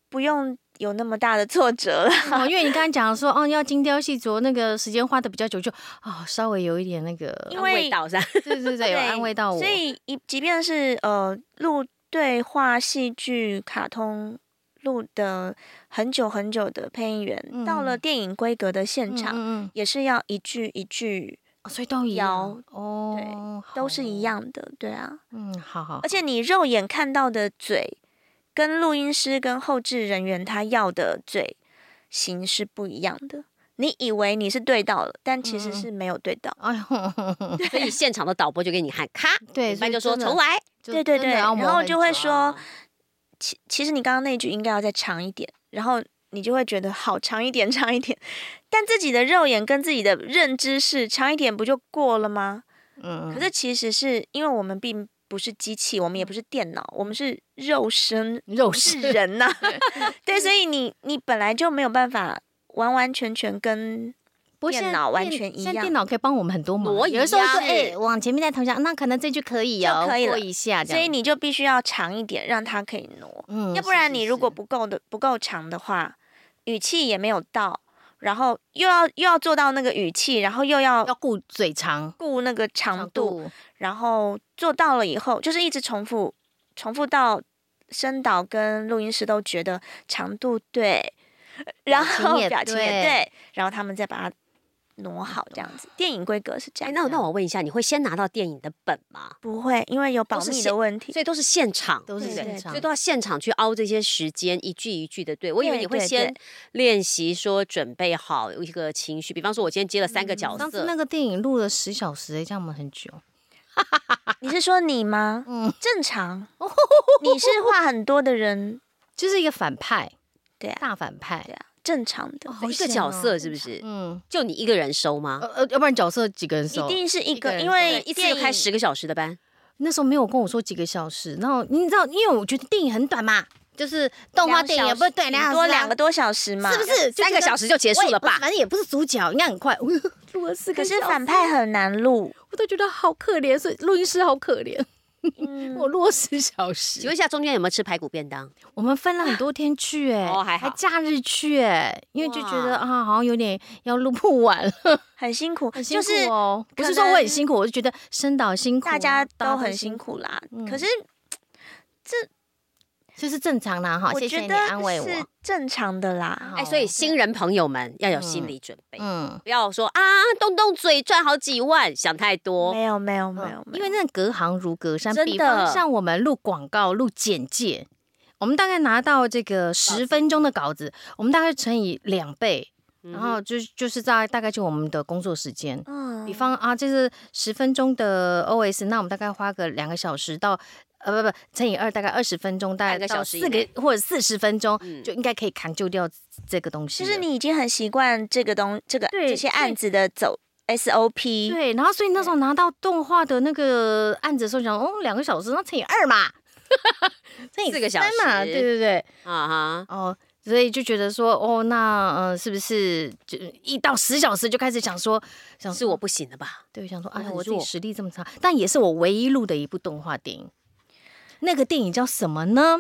Speaker 4: 不用有那么大的挫折了。
Speaker 2: 哦，因为你刚才讲说，哦，要精雕细琢，那个时间花的比较久，就啊、稍微有一点那个，
Speaker 4: 因
Speaker 1: 安慰
Speaker 4: 为
Speaker 1: 到 是吧？
Speaker 2: 对 对对，有安慰 到我。
Speaker 4: 所以一即便是呃录对话、戏剧、卡通录的很久很久的配音员，到了
Speaker 2: 嗯
Speaker 4: 电影规格的现
Speaker 2: 嗯
Speaker 4: 场，
Speaker 2: 嗯嗯
Speaker 4: 也是要一句一句
Speaker 2: 哦所以都一样哦，
Speaker 4: 都是一
Speaker 2: 好。
Speaker 4: 样的，对啊。
Speaker 2: 嗯，好好
Speaker 4: 而，且你肉眼看到的嘴，跟录音师跟后置人员他要的嘴型是不一样的。你以为你是对到了，但其实是没有对到。
Speaker 2: 哎呦，
Speaker 1: 所以现场的导播就给你喊咔，
Speaker 2: 对，
Speaker 1: 一般
Speaker 2: 所以
Speaker 1: 就说
Speaker 2: 真的
Speaker 1: 重来，
Speaker 2: 就
Speaker 4: 对对
Speaker 2: 真的
Speaker 4: 对
Speaker 2: 要磨
Speaker 4: 然后
Speaker 2: 很
Speaker 4: 就会
Speaker 2: 久
Speaker 4: 说其其实你刚刚那一句应该要再长一点，然后你就会觉得好长一点， 长一点。但自己的肉眼跟自己的认知是长一点不就过了吗？
Speaker 2: 嗯，
Speaker 4: 可是其实是因为我们并不是机器，我们也不是电脑，我们是肉身
Speaker 2: 肉身
Speaker 4: 是 人呐、对，所以你你本来就没有办法完完全全跟
Speaker 2: 不过
Speaker 4: 电
Speaker 2: 现在
Speaker 4: 脑完
Speaker 2: 电
Speaker 4: 全一
Speaker 2: 现在
Speaker 4: 样
Speaker 2: 电脑可以帮我们很多忙
Speaker 1: 挪，
Speaker 2: 有的时候
Speaker 1: 移啊
Speaker 2: 说哎、
Speaker 1: 是
Speaker 2: 往前面再投降，那可能这句可以
Speaker 4: 就
Speaker 2: 哦，
Speaker 4: 可以
Speaker 2: 过
Speaker 4: 了
Speaker 2: 一下这
Speaker 4: 所
Speaker 2: 样，
Speaker 4: 以你就必须要长一点，让它可以挪。
Speaker 2: 嗯
Speaker 4: 要不
Speaker 2: 是
Speaker 4: 然
Speaker 2: 是
Speaker 4: 你如果
Speaker 2: 是
Speaker 4: 不够的不够长的话，语气也没有到，然后又要又要做到那个语气，然后又要
Speaker 2: 要顾嘴长
Speaker 4: 顾那个长度，，哦然后做到了以后，就是一直重复，重复到声导跟录音师都觉得长度对，然
Speaker 2: 情
Speaker 4: 后
Speaker 2: 也
Speaker 4: 表情也
Speaker 2: 对
Speaker 4: 对，然后他们再把它挪好，这样子。电影规格是这
Speaker 1: 哎，
Speaker 4: 样，
Speaker 1: 那那我问一下，你会先拿到电影的本吗？
Speaker 4: 不会，因为有保
Speaker 1: 都是
Speaker 4: 密
Speaker 1: 现
Speaker 4: 的问题。
Speaker 1: 所以都是现场，
Speaker 2: 都是
Speaker 4: 对
Speaker 2: 正
Speaker 4: 对
Speaker 2: 常
Speaker 1: 所以。都要现场去凹这些时间，一句一句的对。我以为
Speaker 4: 对
Speaker 1: 你会
Speaker 4: 对
Speaker 1: 先
Speaker 4: 对
Speaker 1: 练习说准备好一个情绪，比方说我今天接了三个角
Speaker 2: 上次
Speaker 1: 色，
Speaker 2: 嗯那个电影录了十小时、哎，这样我们很 久。
Speaker 4: 你是说你吗？
Speaker 2: 嗯，哦
Speaker 4: 正常，你是话很多的人，
Speaker 2: 就是一个反派，
Speaker 4: 对啊
Speaker 2: 大反派
Speaker 4: 对，啊，正常的，
Speaker 1: 一
Speaker 2: 好
Speaker 1: 个
Speaker 2: 险
Speaker 1: 角
Speaker 2: 哎哦
Speaker 1: 色是不是？
Speaker 2: 嗯，
Speaker 1: 就你一个人收吗？
Speaker 2: 呃呃，要不然角色几个人
Speaker 4: 一
Speaker 2: 收？
Speaker 4: 定是一
Speaker 2: 一个
Speaker 4: 个，
Speaker 2: 人
Speaker 4: 因
Speaker 2: 做
Speaker 4: 为
Speaker 1: 一次
Speaker 4: 电
Speaker 1: 就开
Speaker 4: 影
Speaker 1: 十个小时的班，
Speaker 2: 那时候没有跟我说几个小时，然后你知道，因为我觉得电影很短嘛，就是动画
Speaker 4: 两
Speaker 2: 电影
Speaker 4: 小
Speaker 2: 也不是对
Speaker 4: 顶
Speaker 2: 两小时
Speaker 4: 多
Speaker 2: 啊
Speaker 4: 两个多小时嘛，
Speaker 2: 是不是
Speaker 1: 三个小
Speaker 2: 时
Speaker 1: 时就结束了吧？
Speaker 2: 反正也不是主角，应该很快。 录了四
Speaker 4: 可
Speaker 2: 个小
Speaker 4: 是
Speaker 2: 时，
Speaker 4: 反派很难录，
Speaker 2: 我都觉得好可怜，所以录音师好可怜。
Speaker 4: 嗯
Speaker 2: 我录了十小时，
Speaker 1: 请问一下，中间有没有吃排骨便当？
Speaker 2: 我们分了很多天去、哎、
Speaker 1: 哦还好
Speaker 2: 假日去、哎，因为就觉得
Speaker 1: 哇
Speaker 2: 啊，好像有点要录不完了，
Speaker 4: 很辛苦，
Speaker 2: 很辛
Speaker 4: 就
Speaker 2: 苦
Speaker 4: 是
Speaker 2: 哦。不
Speaker 4: 可
Speaker 2: 是说我很
Speaker 4: 能
Speaker 2: 辛苦，我就觉得声导辛苦啊，
Speaker 4: 大家都
Speaker 2: 都
Speaker 4: 很辛，苦啦。
Speaker 2: 嗯
Speaker 4: 可是
Speaker 2: 就是正常啦哈。
Speaker 4: 我
Speaker 2: 谢谢
Speaker 4: 觉
Speaker 2: 你安慰
Speaker 4: 得
Speaker 2: 我。
Speaker 4: 是正常的啦。
Speaker 1: 哎，所以新人朋友们要有心
Speaker 2: 哦嗯
Speaker 1: 理准备，
Speaker 2: 嗯，
Speaker 1: 不要说啊动动嘴赚好几万，想太多。
Speaker 4: 没有没有没有，
Speaker 2: 嗯因
Speaker 4: 没有
Speaker 2: 为那隔行如隔山，
Speaker 1: 真的
Speaker 2: 比方像我们录广告、录简介，我们大概拿到这个十分钟的稿子，我们大概乘以两倍，然后就就是在大概就我们的工作时间。
Speaker 4: 嗯
Speaker 2: 比方啊，这是十分钟的 OS，那我们大概花个两个小时到。呃不不，乘以二大概二十分钟，大概
Speaker 1: 半个
Speaker 2: 到
Speaker 1: 小时以
Speaker 2: 四个
Speaker 1: 内
Speaker 2: 或者四十分钟，
Speaker 1: 嗯
Speaker 2: 就应该可以砍就掉这个东西
Speaker 4: 就
Speaker 2: 了。
Speaker 4: 是你已经很习惯这个东这个
Speaker 2: 对
Speaker 4: 这些
Speaker 2: 对
Speaker 4: 案子的走 SOP，
Speaker 2: 对，然后所以那时候拿到动画的那个案子的时候，想哦两个小时，那乘以二嘛，乘以
Speaker 1: 四个小
Speaker 2: 三嘛，
Speaker 1: 时
Speaker 2: 对对对，
Speaker 1: 啊哈，
Speaker 2: 哦，所以就觉得说哦，那嗯、呃是不是就一到十小时就开始想说想
Speaker 1: 是我不行了吧？
Speaker 2: 对，想说
Speaker 1: 我
Speaker 2: 哎呀，
Speaker 1: 很
Speaker 2: 我自己
Speaker 1: 弱
Speaker 2: 实力这么差，但也是我唯一录的一部动画电影。那个电影叫什么呢？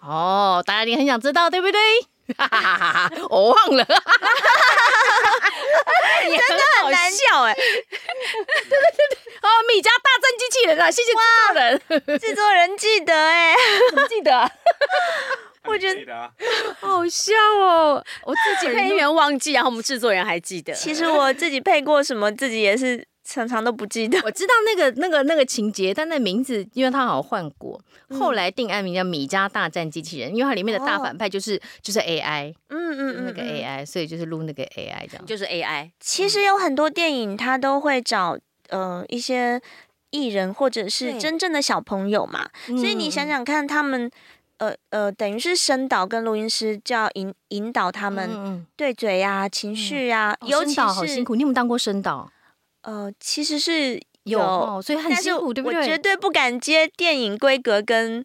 Speaker 2: 哦，大家你很想知道，对不对？ 哈哈哈哈我忘了， 真 的
Speaker 4: 很难 笑哎、
Speaker 2: 哦，米家大战机器人啊，谢谢制作人，
Speaker 4: 制作人记得哎、
Speaker 2: 怎么记得啊、
Speaker 4: 我觉得
Speaker 5: 得啊，
Speaker 2: 好笑哦！我自己
Speaker 1: 配音员忘记，然啊后我们制作人还记得。
Speaker 4: 其实我自己配过什么，自己也是常常都不记得。
Speaker 2: 我知道那个那个那个情节，但那名字因为它好像换过，后来定案名叫《米家大战机器人》，因为它里面的大
Speaker 4: 嗯哦
Speaker 2: 反派就是、就是 AI，
Speaker 4: 嗯
Speaker 2: 就
Speaker 4: 嗯
Speaker 2: 是
Speaker 4: 嗯，
Speaker 2: 那个
Speaker 4: 嗯
Speaker 2: AI，、所以就是录那个 AI 这样。
Speaker 1: 就是 AI，
Speaker 4: 其实有很多电影它都会找呃一些艺人或者是
Speaker 1: 对
Speaker 4: 真正的小朋友嘛，所
Speaker 2: 嗯
Speaker 4: 以你想想看，他们呃呃，等于是声导跟录音师就要引引导他
Speaker 2: 他
Speaker 4: 们对嘴啊、情绪啊，尤其
Speaker 2: 嗯哦导好辛
Speaker 4: 是
Speaker 2: 苦，你有没有当过声导？
Speaker 4: 呃，其实是
Speaker 2: 哦，所以很
Speaker 4: 但是
Speaker 2: 辛苦，对不
Speaker 4: 我绝
Speaker 2: 对？
Speaker 4: 对不敢接电影规格跟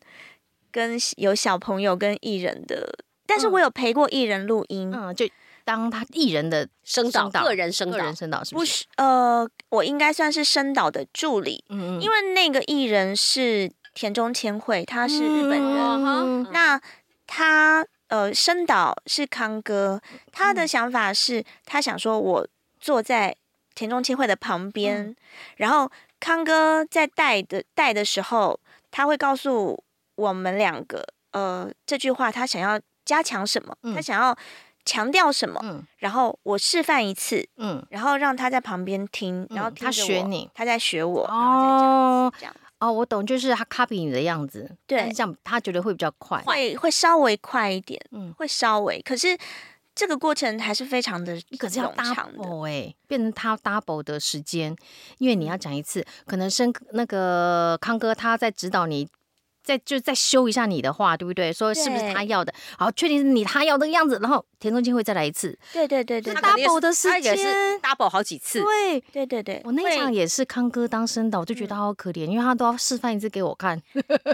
Speaker 4: 跟有小朋友跟艺人的，但是
Speaker 2: 嗯
Speaker 4: 我有陪过艺人录音，
Speaker 2: 嗯，就当他艺人的
Speaker 1: 声导
Speaker 2: 声导
Speaker 1: 个人声
Speaker 2: 个
Speaker 1: 导
Speaker 2: 人，声导，是
Speaker 4: 不
Speaker 2: 不是？
Speaker 4: 是呃，我应该算是声导的助理，
Speaker 2: 嗯
Speaker 4: 因为那个艺人是田中千惠，他是日本人，
Speaker 1: 嗯
Speaker 2: 嗯
Speaker 1: 哼
Speaker 4: 那他呃声导是康哥，
Speaker 2: 嗯
Speaker 4: 他的想法是他想说我坐在田中千惠的旁边，
Speaker 2: 嗯
Speaker 4: 然后康哥在带的带的时候，他会告诉我们两个呃这句话他想要加强什么，
Speaker 2: 嗯
Speaker 4: 他想要强调什么，
Speaker 2: 嗯
Speaker 4: 然后我示范一次。
Speaker 2: 嗯，
Speaker 4: 然后让他在旁边听，然后
Speaker 2: 嗯
Speaker 4: 听
Speaker 2: 他
Speaker 4: 着
Speaker 2: 学
Speaker 4: 我
Speaker 2: 你
Speaker 4: 他在学我，然后再讲
Speaker 2: 哦
Speaker 4: 这样
Speaker 2: 哦，我懂，就是他 copy 你的样子，
Speaker 4: 对
Speaker 2: 但是这样他觉得会比较快。
Speaker 4: 会会稍微快一点，
Speaker 2: 嗯
Speaker 4: 会稍微，可是这个过程还是非常的
Speaker 2: 你可是要
Speaker 4: 冗长的，
Speaker 2: double 哎、变成他 double 的时间，因为你要讲一次，可能生那个康哥他在指导你，再就再修一下你的话，对不对？说是不是他
Speaker 4: 对
Speaker 2: 要的，好，确定是你他要的样子，然后田中间会再来一次，
Speaker 4: 对对对对
Speaker 2: 那
Speaker 1: 他
Speaker 2: 大
Speaker 4: 对
Speaker 1: 肯定
Speaker 2: double 的
Speaker 1: 是他
Speaker 2: 时
Speaker 1: 也是
Speaker 2: 间
Speaker 1: double 好几次，
Speaker 2: 对。
Speaker 4: 对对对，
Speaker 2: 我那一场
Speaker 4: 会
Speaker 2: 也是康哥当声导，我就觉得他好可怜，因为他都要示范一次给我看。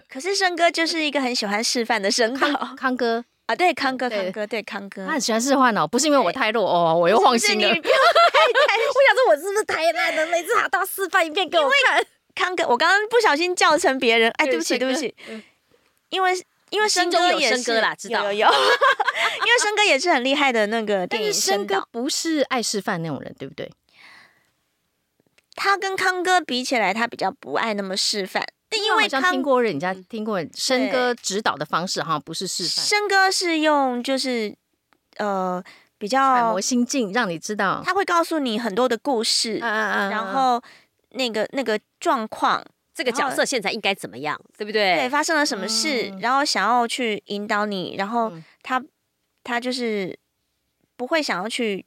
Speaker 4: 可是生哥就是一个很喜欢示范的生导
Speaker 2: 康 康哥，嗯
Speaker 4: 啊，对康哥
Speaker 2: 对
Speaker 4: 康哥对康哥
Speaker 2: 他，很喜欢示范哦，不是因为我
Speaker 4: 对
Speaker 2: 太弱哦，我又放心了。
Speaker 4: 是
Speaker 2: 我
Speaker 4: 你
Speaker 2: 想说，我是不是太烂了？每次他都要示范一遍给我看。
Speaker 4: 康哥，我刚刚不小心叫成别人，哎，
Speaker 2: 对嗯
Speaker 4: 对不起
Speaker 2: 生
Speaker 4: 对不
Speaker 2: 哥
Speaker 4: 起，因为因为生
Speaker 1: 心
Speaker 4: 哥
Speaker 1: 中有
Speaker 4: 也
Speaker 1: 生
Speaker 4: 是
Speaker 1: 哥啦知道
Speaker 4: 有有有， 因为生哥也是很厉害的那个
Speaker 2: 但
Speaker 4: 电影
Speaker 2: 是生
Speaker 4: 声
Speaker 2: 哥
Speaker 4: 导，
Speaker 2: 不是爱示范那种人，对不对？
Speaker 4: 他跟康哥比起来，他比较不爱那么示范，但因
Speaker 2: 我
Speaker 4: 为嗯
Speaker 2: 好像
Speaker 4: 康
Speaker 2: 听过人家听过生哥指导的方式，好像不是示范，
Speaker 4: 生哥是用就是呃比
Speaker 2: 揣
Speaker 4: 较
Speaker 2: 摩，心境，让你知道。
Speaker 4: 他会告诉你很多的故事，
Speaker 2: 嗯嗯
Speaker 4: 然后那个那个状况，
Speaker 1: 这个角色现在应该怎么样，对不对？
Speaker 4: 对，发生了什么事，
Speaker 2: 嗯
Speaker 4: 然后想要去引导你，然后
Speaker 2: 嗯
Speaker 4: 他、他就是不会想要去，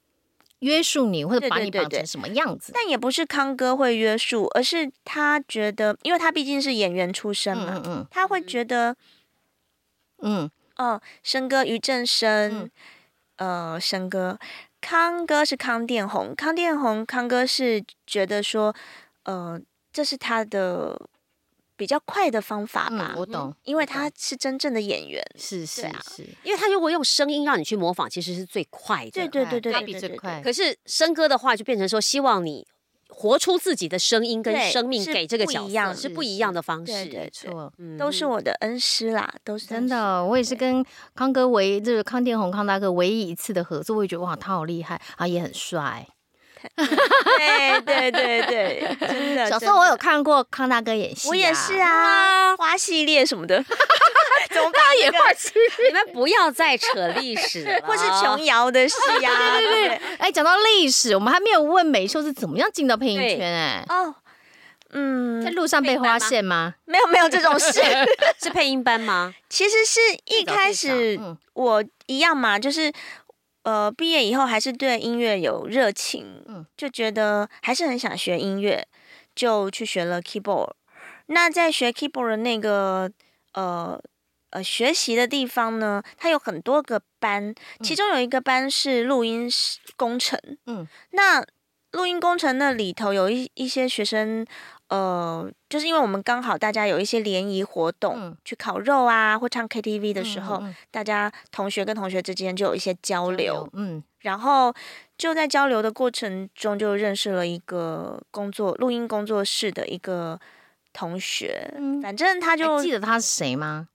Speaker 2: 约束你，或者
Speaker 4: 对
Speaker 2: 把
Speaker 4: 对
Speaker 2: 你
Speaker 4: 对
Speaker 2: 绑成
Speaker 4: 对
Speaker 2: 什么样子。
Speaker 4: 但也不是康哥会约束，而是他觉得，因为他毕竟是演员出身嘛，
Speaker 2: 嗯嗯
Speaker 4: 他会觉得，
Speaker 2: 嗯
Speaker 4: 哦、生哥于正生
Speaker 2: 嗯，
Speaker 4: 呃，生哥，康哥是康殿红，康殿红，康哥是觉得说，呃，这是他的比较快的方法吧，
Speaker 2: 嗯，我懂，
Speaker 4: 因为他是真正的演员，
Speaker 2: 是是
Speaker 4: 对啊
Speaker 2: 是，
Speaker 1: 因为他如果用声音让你去模仿，其实是最快的。
Speaker 4: 对对对对
Speaker 2: 他
Speaker 4: 对
Speaker 2: 比
Speaker 4: 对
Speaker 2: 最
Speaker 4: 对
Speaker 2: 快。
Speaker 1: 可是生哥的话就变成说，希望你活出自己的声音跟
Speaker 4: 对
Speaker 1: 生命
Speaker 4: 是
Speaker 1: 给这个
Speaker 4: 不
Speaker 1: 角
Speaker 4: 一
Speaker 1: 色
Speaker 4: 样
Speaker 1: 是
Speaker 2: 是
Speaker 1: 不一
Speaker 2: 是
Speaker 1: 样的方
Speaker 4: 对
Speaker 1: 式
Speaker 4: 对。
Speaker 2: 没错。
Speaker 1: 嗯
Speaker 4: 都是我的恩师啦，都是
Speaker 2: 真
Speaker 4: 恩师
Speaker 2: 的，我也是
Speaker 4: 对
Speaker 2: 跟康哥唯就是康殿宏康大哥唯一一次的合作，我也觉得哇，他好厉害啊，也很帅。
Speaker 4: 对对对 对，真的。
Speaker 2: 小时
Speaker 4: 真
Speaker 2: 候我
Speaker 4: 的
Speaker 2: 有，看过康大哥演戏，
Speaker 4: 我也是，啊，花系列什么 的，怎么办？也
Speaker 1: 二七，你们不要再扯历史了，
Speaker 4: 或是琼瑶的 戏呀，哦对不对？
Speaker 2: 哎，讲到历史，我们还没有问美秀是怎么样进到配音圈哎、
Speaker 4: 哦，
Speaker 2: 在
Speaker 4: 嗯，
Speaker 2: 路上被发现吗？
Speaker 4: 没有没有这种 事，
Speaker 1: 是配音班吗？
Speaker 4: 其实是一开始
Speaker 2: 嗯
Speaker 4: 我一样嘛，就是呃毕业以后还是对音乐有热情，
Speaker 2: 嗯
Speaker 4: 就觉得还是很想学音乐，就去学了 keyboard。那在学 keyboard 的那个呃呃学习的地方呢，它有很多个班，其中有一个班是录音师工程，
Speaker 2: 嗯，
Speaker 4: 那录音工程那里头有一一些学生。呃，就是因为我们刚好大家有一些联谊活动，
Speaker 2: 嗯
Speaker 4: 去烤肉啊，或唱 KTV 的时
Speaker 2: 嗯
Speaker 4: 候，
Speaker 2: 嗯
Speaker 4: 大家同学跟同学之间就有一些交
Speaker 2: 嗯
Speaker 4: 流，
Speaker 2: 嗯
Speaker 4: 然后就在交流的过程中就认识了一个工作录音工作室的一个同学，
Speaker 2: 嗯
Speaker 4: 反正他就
Speaker 2: 还记得他是谁吗？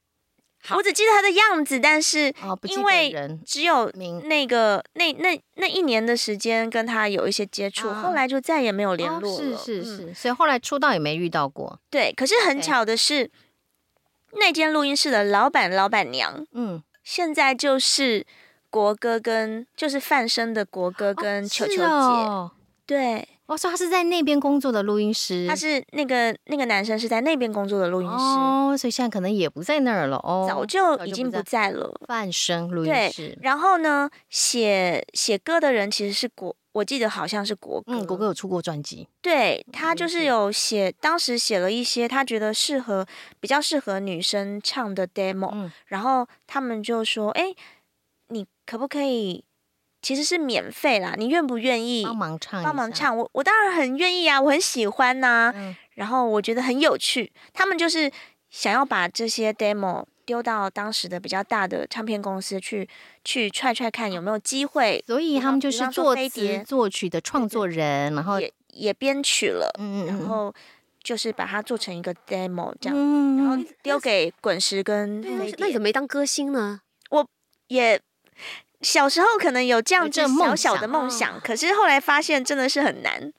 Speaker 4: 我只记得他的样子，但是
Speaker 2: 哦，不记
Speaker 4: 因
Speaker 2: 得
Speaker 4: 为
Speaker 2: 人
Speaker 4: 只有
Speaker 2: 名
Speaker 4: 那个那那那一年的时间跟他有一些接触，
Speaker 2: 啊
Speaker 4: 后来就再也没有联
Speaker 2: 哦
Speaker 4: 络了。
Speaker 2: 是是
Speaker 4: 嗯
Speaker 2: 是，所以后来出道也没遇到过。
Speaker 4: 对。可是很
Speaker 2: OK
Speaker 4: 巧的是，那间录音室的老板老板娘
Speaker 2: 嗯，
Speaker 4: 现在就是国哥跟就是范生的国哥跟球球
Speaker 2: 哦
Speaker 4: 姐，
Speaker 2: 是哦
Speaker 4: 对，
Speaker 2: 哦，所以他是在那边工作的录音师，
Speaker 4: 他是那个那个男生是在那边工作的录音师，
Speaker 2: 哦，所以现在可能也不在那儿了哦，
Speaker 4: 早就
Speaker 2: 早
Speaker 4: 已
Speaker 2: 就
Speaker 4: 经
Speaker 2: 不
Speaker 4: 不
Speaker 2: 在
Speaker 4: 在了。
Speaker 2: 半生录音
Speaker 4: 对
Speaker 2: 师，
Speaker 4: 然后呢，写写歌的人其实是国，我记得好像是国歌。
Speaker 2: 嗯，国哥有出过专辑，
Speaker 4: 对他就
Speaker 2: 嗯
Speaker 4: 是有写，当时写了一些他觉得适合比较适合女生唱的 demo，、
Speaker 2: 嗯
Speaker 4: 然后他们就说：“哎，你可不可以？其实是免费啦，你愿不愿意
Speaker 2: 帮忙唱，
Speaker 4: 帮忙，唱？”我我当然很愿意啊，我很喜欢呐、
Speaker 2: 嗯
Speaker 4: 然后我觉得很有趣，他们就是想要把这些 demo 丢到当时的比较大的唱片公司去去踹踹看有没有机会，
Speaker 2: 所以
Speaker 4: 比
Speaker 2: 他
Speaker 4: 方
Speaker 2: 们就
Speaker 4: 比
Speaker 2: 是
Speaker 4: 方说
Speaker 2: 作
Speaker 4: 飞
Speaker 2: 词
Speaker 4: 碟
Speaker 2: 作曲的创作人，然后
Speaker 4: 也也编曲了。
Speaker 2: 嗯
Speaker 4: 然后就是把它做成一个 demo 这样，
Speaker 2: 嗯，啊
Speaker 4: 然后丢给滚石跟
Speaker 1: 那
Speaker 4: 飞
Speaker 1: 那你
Speaker 4: 碟
Speaker 1: 怎。么没当歌星呢？
Speaker 4: 也小时候可能有这样子
Speaker 2: 这梦嗯
Speaker 4: 小小的梦
Speaker 1: 想
Speaker 4: 想，可是后来发现真的是很 难，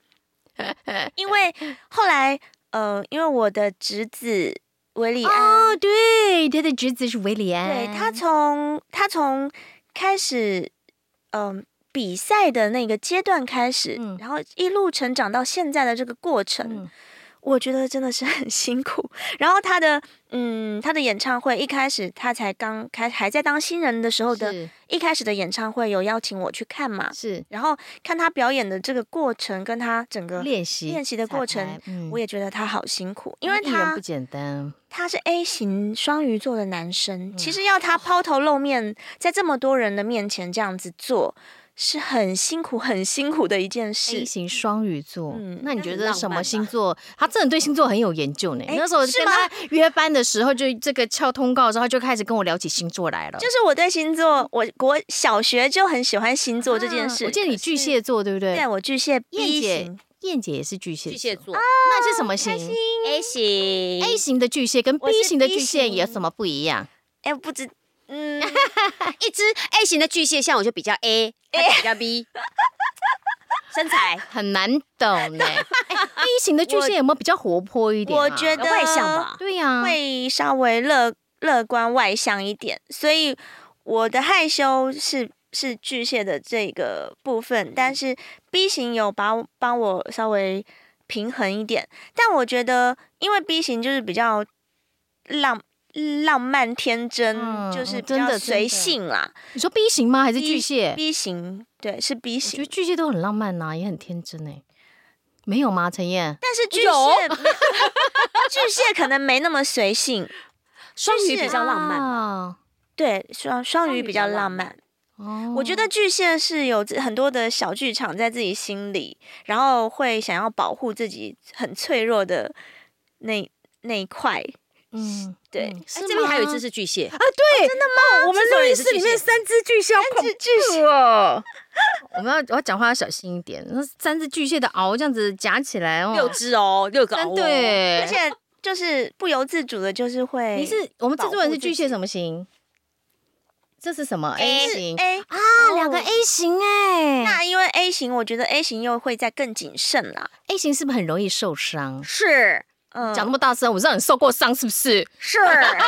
Speaker 4: 因为后来呃，因为我的侄子维里安，
Speaker 2: 哦，对，他的侄子是维里安，
Speaker 4: 对他从他从开始嗯、比赛的那个阶段开始，
Speaker 2: 嗯
Speaker 4: 然后一路成长到现在的这个过程，
Speaker 2: 嗯
Speaker 4: 我觉得真的是很辛苦。然后他的，嗯，他的演唱会一开始他才刚开，还在当新人的时候的，
Speaker 2: 是
Speaker 4: 一开始的演唱会有邀请我去看嘛，
Speaker 2: 是
Speaker 4: 然后看他表演的这个过程，跟他整个，
Speaker 2: 练习
Speaker 4: 练习的
Speaker 2: 彩
Speaker 4: 过程
Speaker 2: 排，嗯
Speaker 4: 我也觉得他好辛苦，因为
Speaker 2: 艺人
Speaker 4: 他
Speaker 2: 哦不简单，
Speaker 4: 他是 A 型双鱼座的男生，其
Speaker 2: 嗯
Speaker 4: 实要他抛头露面，在这么多人的面前这样子做，是很辛苦、很辛苦的一件
Speaker 2: A
Speaker 4: 事。
Speaker 2: 型双鱼座，
Speaker 4: 嗯
Speaker 2: 那你
Speaker 1: 那
Speaker 2: 觉
Speaker 1: 很
Speaker 2: 得
Speaker 1: 浪
Speaker 2: 什么
Speaker 1: 漫
Speaker 2: 星
Speaker 1: 吧
Speaker 2: 座？他真的对星座很有研究呢。
Speaker 4: 哎
Speaker 2: 那时候
Speaker 4: 是
Speaker 2: 跟
Speaker 4: 吗
Speaker 2: 他 约班的时候，就这个敲通告之后，他就开始跟我聊起星座来了。
Speaker 4: 就是我对星座，我我小学就很喜欢星座这件事。
Speaker 2: 啊我记得你
Speaker 4: 可是
Speaker 2: 巨，蟹座对不对？
Speaker 4: 对我巨蟹 B
Speaker 2: 燕姐
Speaker 4: 型，
Speaker 2: 燕姐也是巨蟹，
Speaker 1: 巨蟹。
Speaker 4: 啊
Speaker 1: 座
Speaker 2: 那是什么型
Speaker 1: ，A
Speaker 4: 哎
Speaker 1: 型
Speaker 2: ？A 型的巨蟹跟
Speaker 4: 我
Speaker 2: B
Speaker 4: 是
Speaker 2: 型的
Speaker 4: B
Speaker 2: 巨蟹有
Speaker 4: 型
Speaker 2: 什么不一样？
Speaker 4: 哎，不知， 嗯，
Speaker 1: 一只 A 型的巨蟹像我就比较 A，它比较 B，身材
Speaker 2: 很难 懂呢。哎，B 型的巨蟹有没有比较活泼一点啊？
Speaker 4: 我觉得
Speaker 1: 外向吧，
Speaker 2: 对呀，
Speaker 4: 会稍微乐乐观外向一点，所以我的害羞是是巨蟹的这个部分，
Speaker 2: 嗯
Speaker 4: 但是 B 型有把我帮我稍微平衡一点，但我觉得因为 B 型就是比较浪浪漫天真，
Speaker 2: 嗯
Speaker 4: 就是
Speaker 2: 嗯
Speaker 4: 比
Speaker 2: 真的
Speaker 4: 较
Speaker 2: 真
Speaker 4: 随
Speaker 2: 的
Speaker 4: 性啦。
Speaker 2: 你说 B 型吗？还是
Speaker 4: B-
Speaker 2: 巨蟹？
Speaker 4: B 型对是 B
Speaker 2: 我觉得
Speaker 4: 型，
Speaker 2: 巨蟹都很浪漫呐、也很天真哎、没有吗？陈燕，
Speaker 4: 但是巨
Speaker 1: 有
Speaker 4: 蟹 巨蟹可能没那么随性，
Speaker 1: 双鱼比较浪漫。
Speaker 2: 啊、
Speaker 4: 对双双鱼
Speaker 1: 鱼
Speaker 4: 比
Speaker 1: 比较
Speaker 4: 较
Speaker 1: 浪
Speaker 4: 浪
Speaker 1: 漫
Speaker 4: 漫。
Speaker 2: 哦
Speaker 4: 我觉得巨蟹是有自很多的小剧场在自己心里，然后会想要保护自己很脆弱的那那一块。
Speaker 2: 嗯，
Speaker 4: 对
Speaker 2: 嗯
Speaker 1: 哎
Speaker 2: 是
Speaker 1: 这边还有一
Speaker 2: 吗哦
Speaker 1: 只是巨啊蟹，
Speaker 2: 对，真的吗？我们
Speaker 1: 制作人也是巨蟹
Speaker 2: 三只巨蟹，好恐
Speaker 4: 是巨蟹，
Speaker 2: 怖哦！我们要我要讲话要小心一点，那三只巨蟹的螯这样子夹起来哦，
Speaker 1: 六只哦，六个
Speaker 2: 三
Speaker 1: 哦。
Speaker 2: 对，
Speaker 4: 而且就是不由自主的，就是会
Speaker 2: 你是我们制
Speaker 4: 保
Speaker 2: 作人
Speaker 4: 护
Speaker 2: 是
Speaker 4: 自
Speaker 2: 巨蟹什么型？这是什么 A 型啊？
Speaker 4: A。
Speaker 1: 哦
Speaker 2: 两个 A 型哎、
Speaker 4: 那因为 A 型，我觉得 A 型又会再更谨慎啦。
Speaker 2: a 型是不是很容易受伤？
Speaker 1: 是
Speaker 4: 嗯，
Speaker 2: 讲那么大声，我知道你受过伤是不是？
Speaker 1: 是，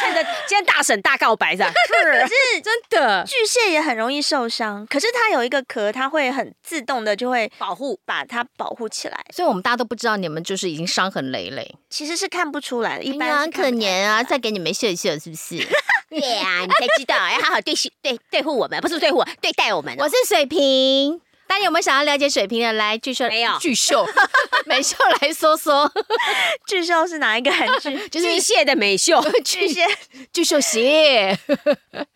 Speaker 1: 现在今天大婶大告白 噻，是
Speaker 4: 是
Speaker 2: 真的，
Speaker 4: 巨蟹也很容易受伤，可是它有一个壳，它会很自动的就会
Speaker 1: 保护
Speaker 4: 把它保护起来，
Speaker 2: 所以我们大家都不知道你们就是已经伤痕累累，
Speaker 4: 其实是看不出来的，一
Speaker 2: 哎呀
Speaker 4: 般是
Speaker 2: 很
Speaker 4: 看
Speaker 2: 可
Speaker 4: 不太
Speaker 2: 怜啊！再给你们秀一秀，是不是？
Speaker 1: 对啊，你才知道要好好对付对对付我们，不是对付我，对待我们哦。
Speaker 2: 我是水瓶，大家有没有想要了解水瓶的？来，巨秀
Speaker 1: 没有
Speaker 2: 巨 秀美秀来说说，
Speaker 4: 巨兽是哪一个韩剧？
Speaker 2: 就
Speaker 1: 巨
Speaker 2: 是
Speaker 1: 蟹的美秀，
Speaker 4: 巨蟹
Speaker 2: 巨秀鞋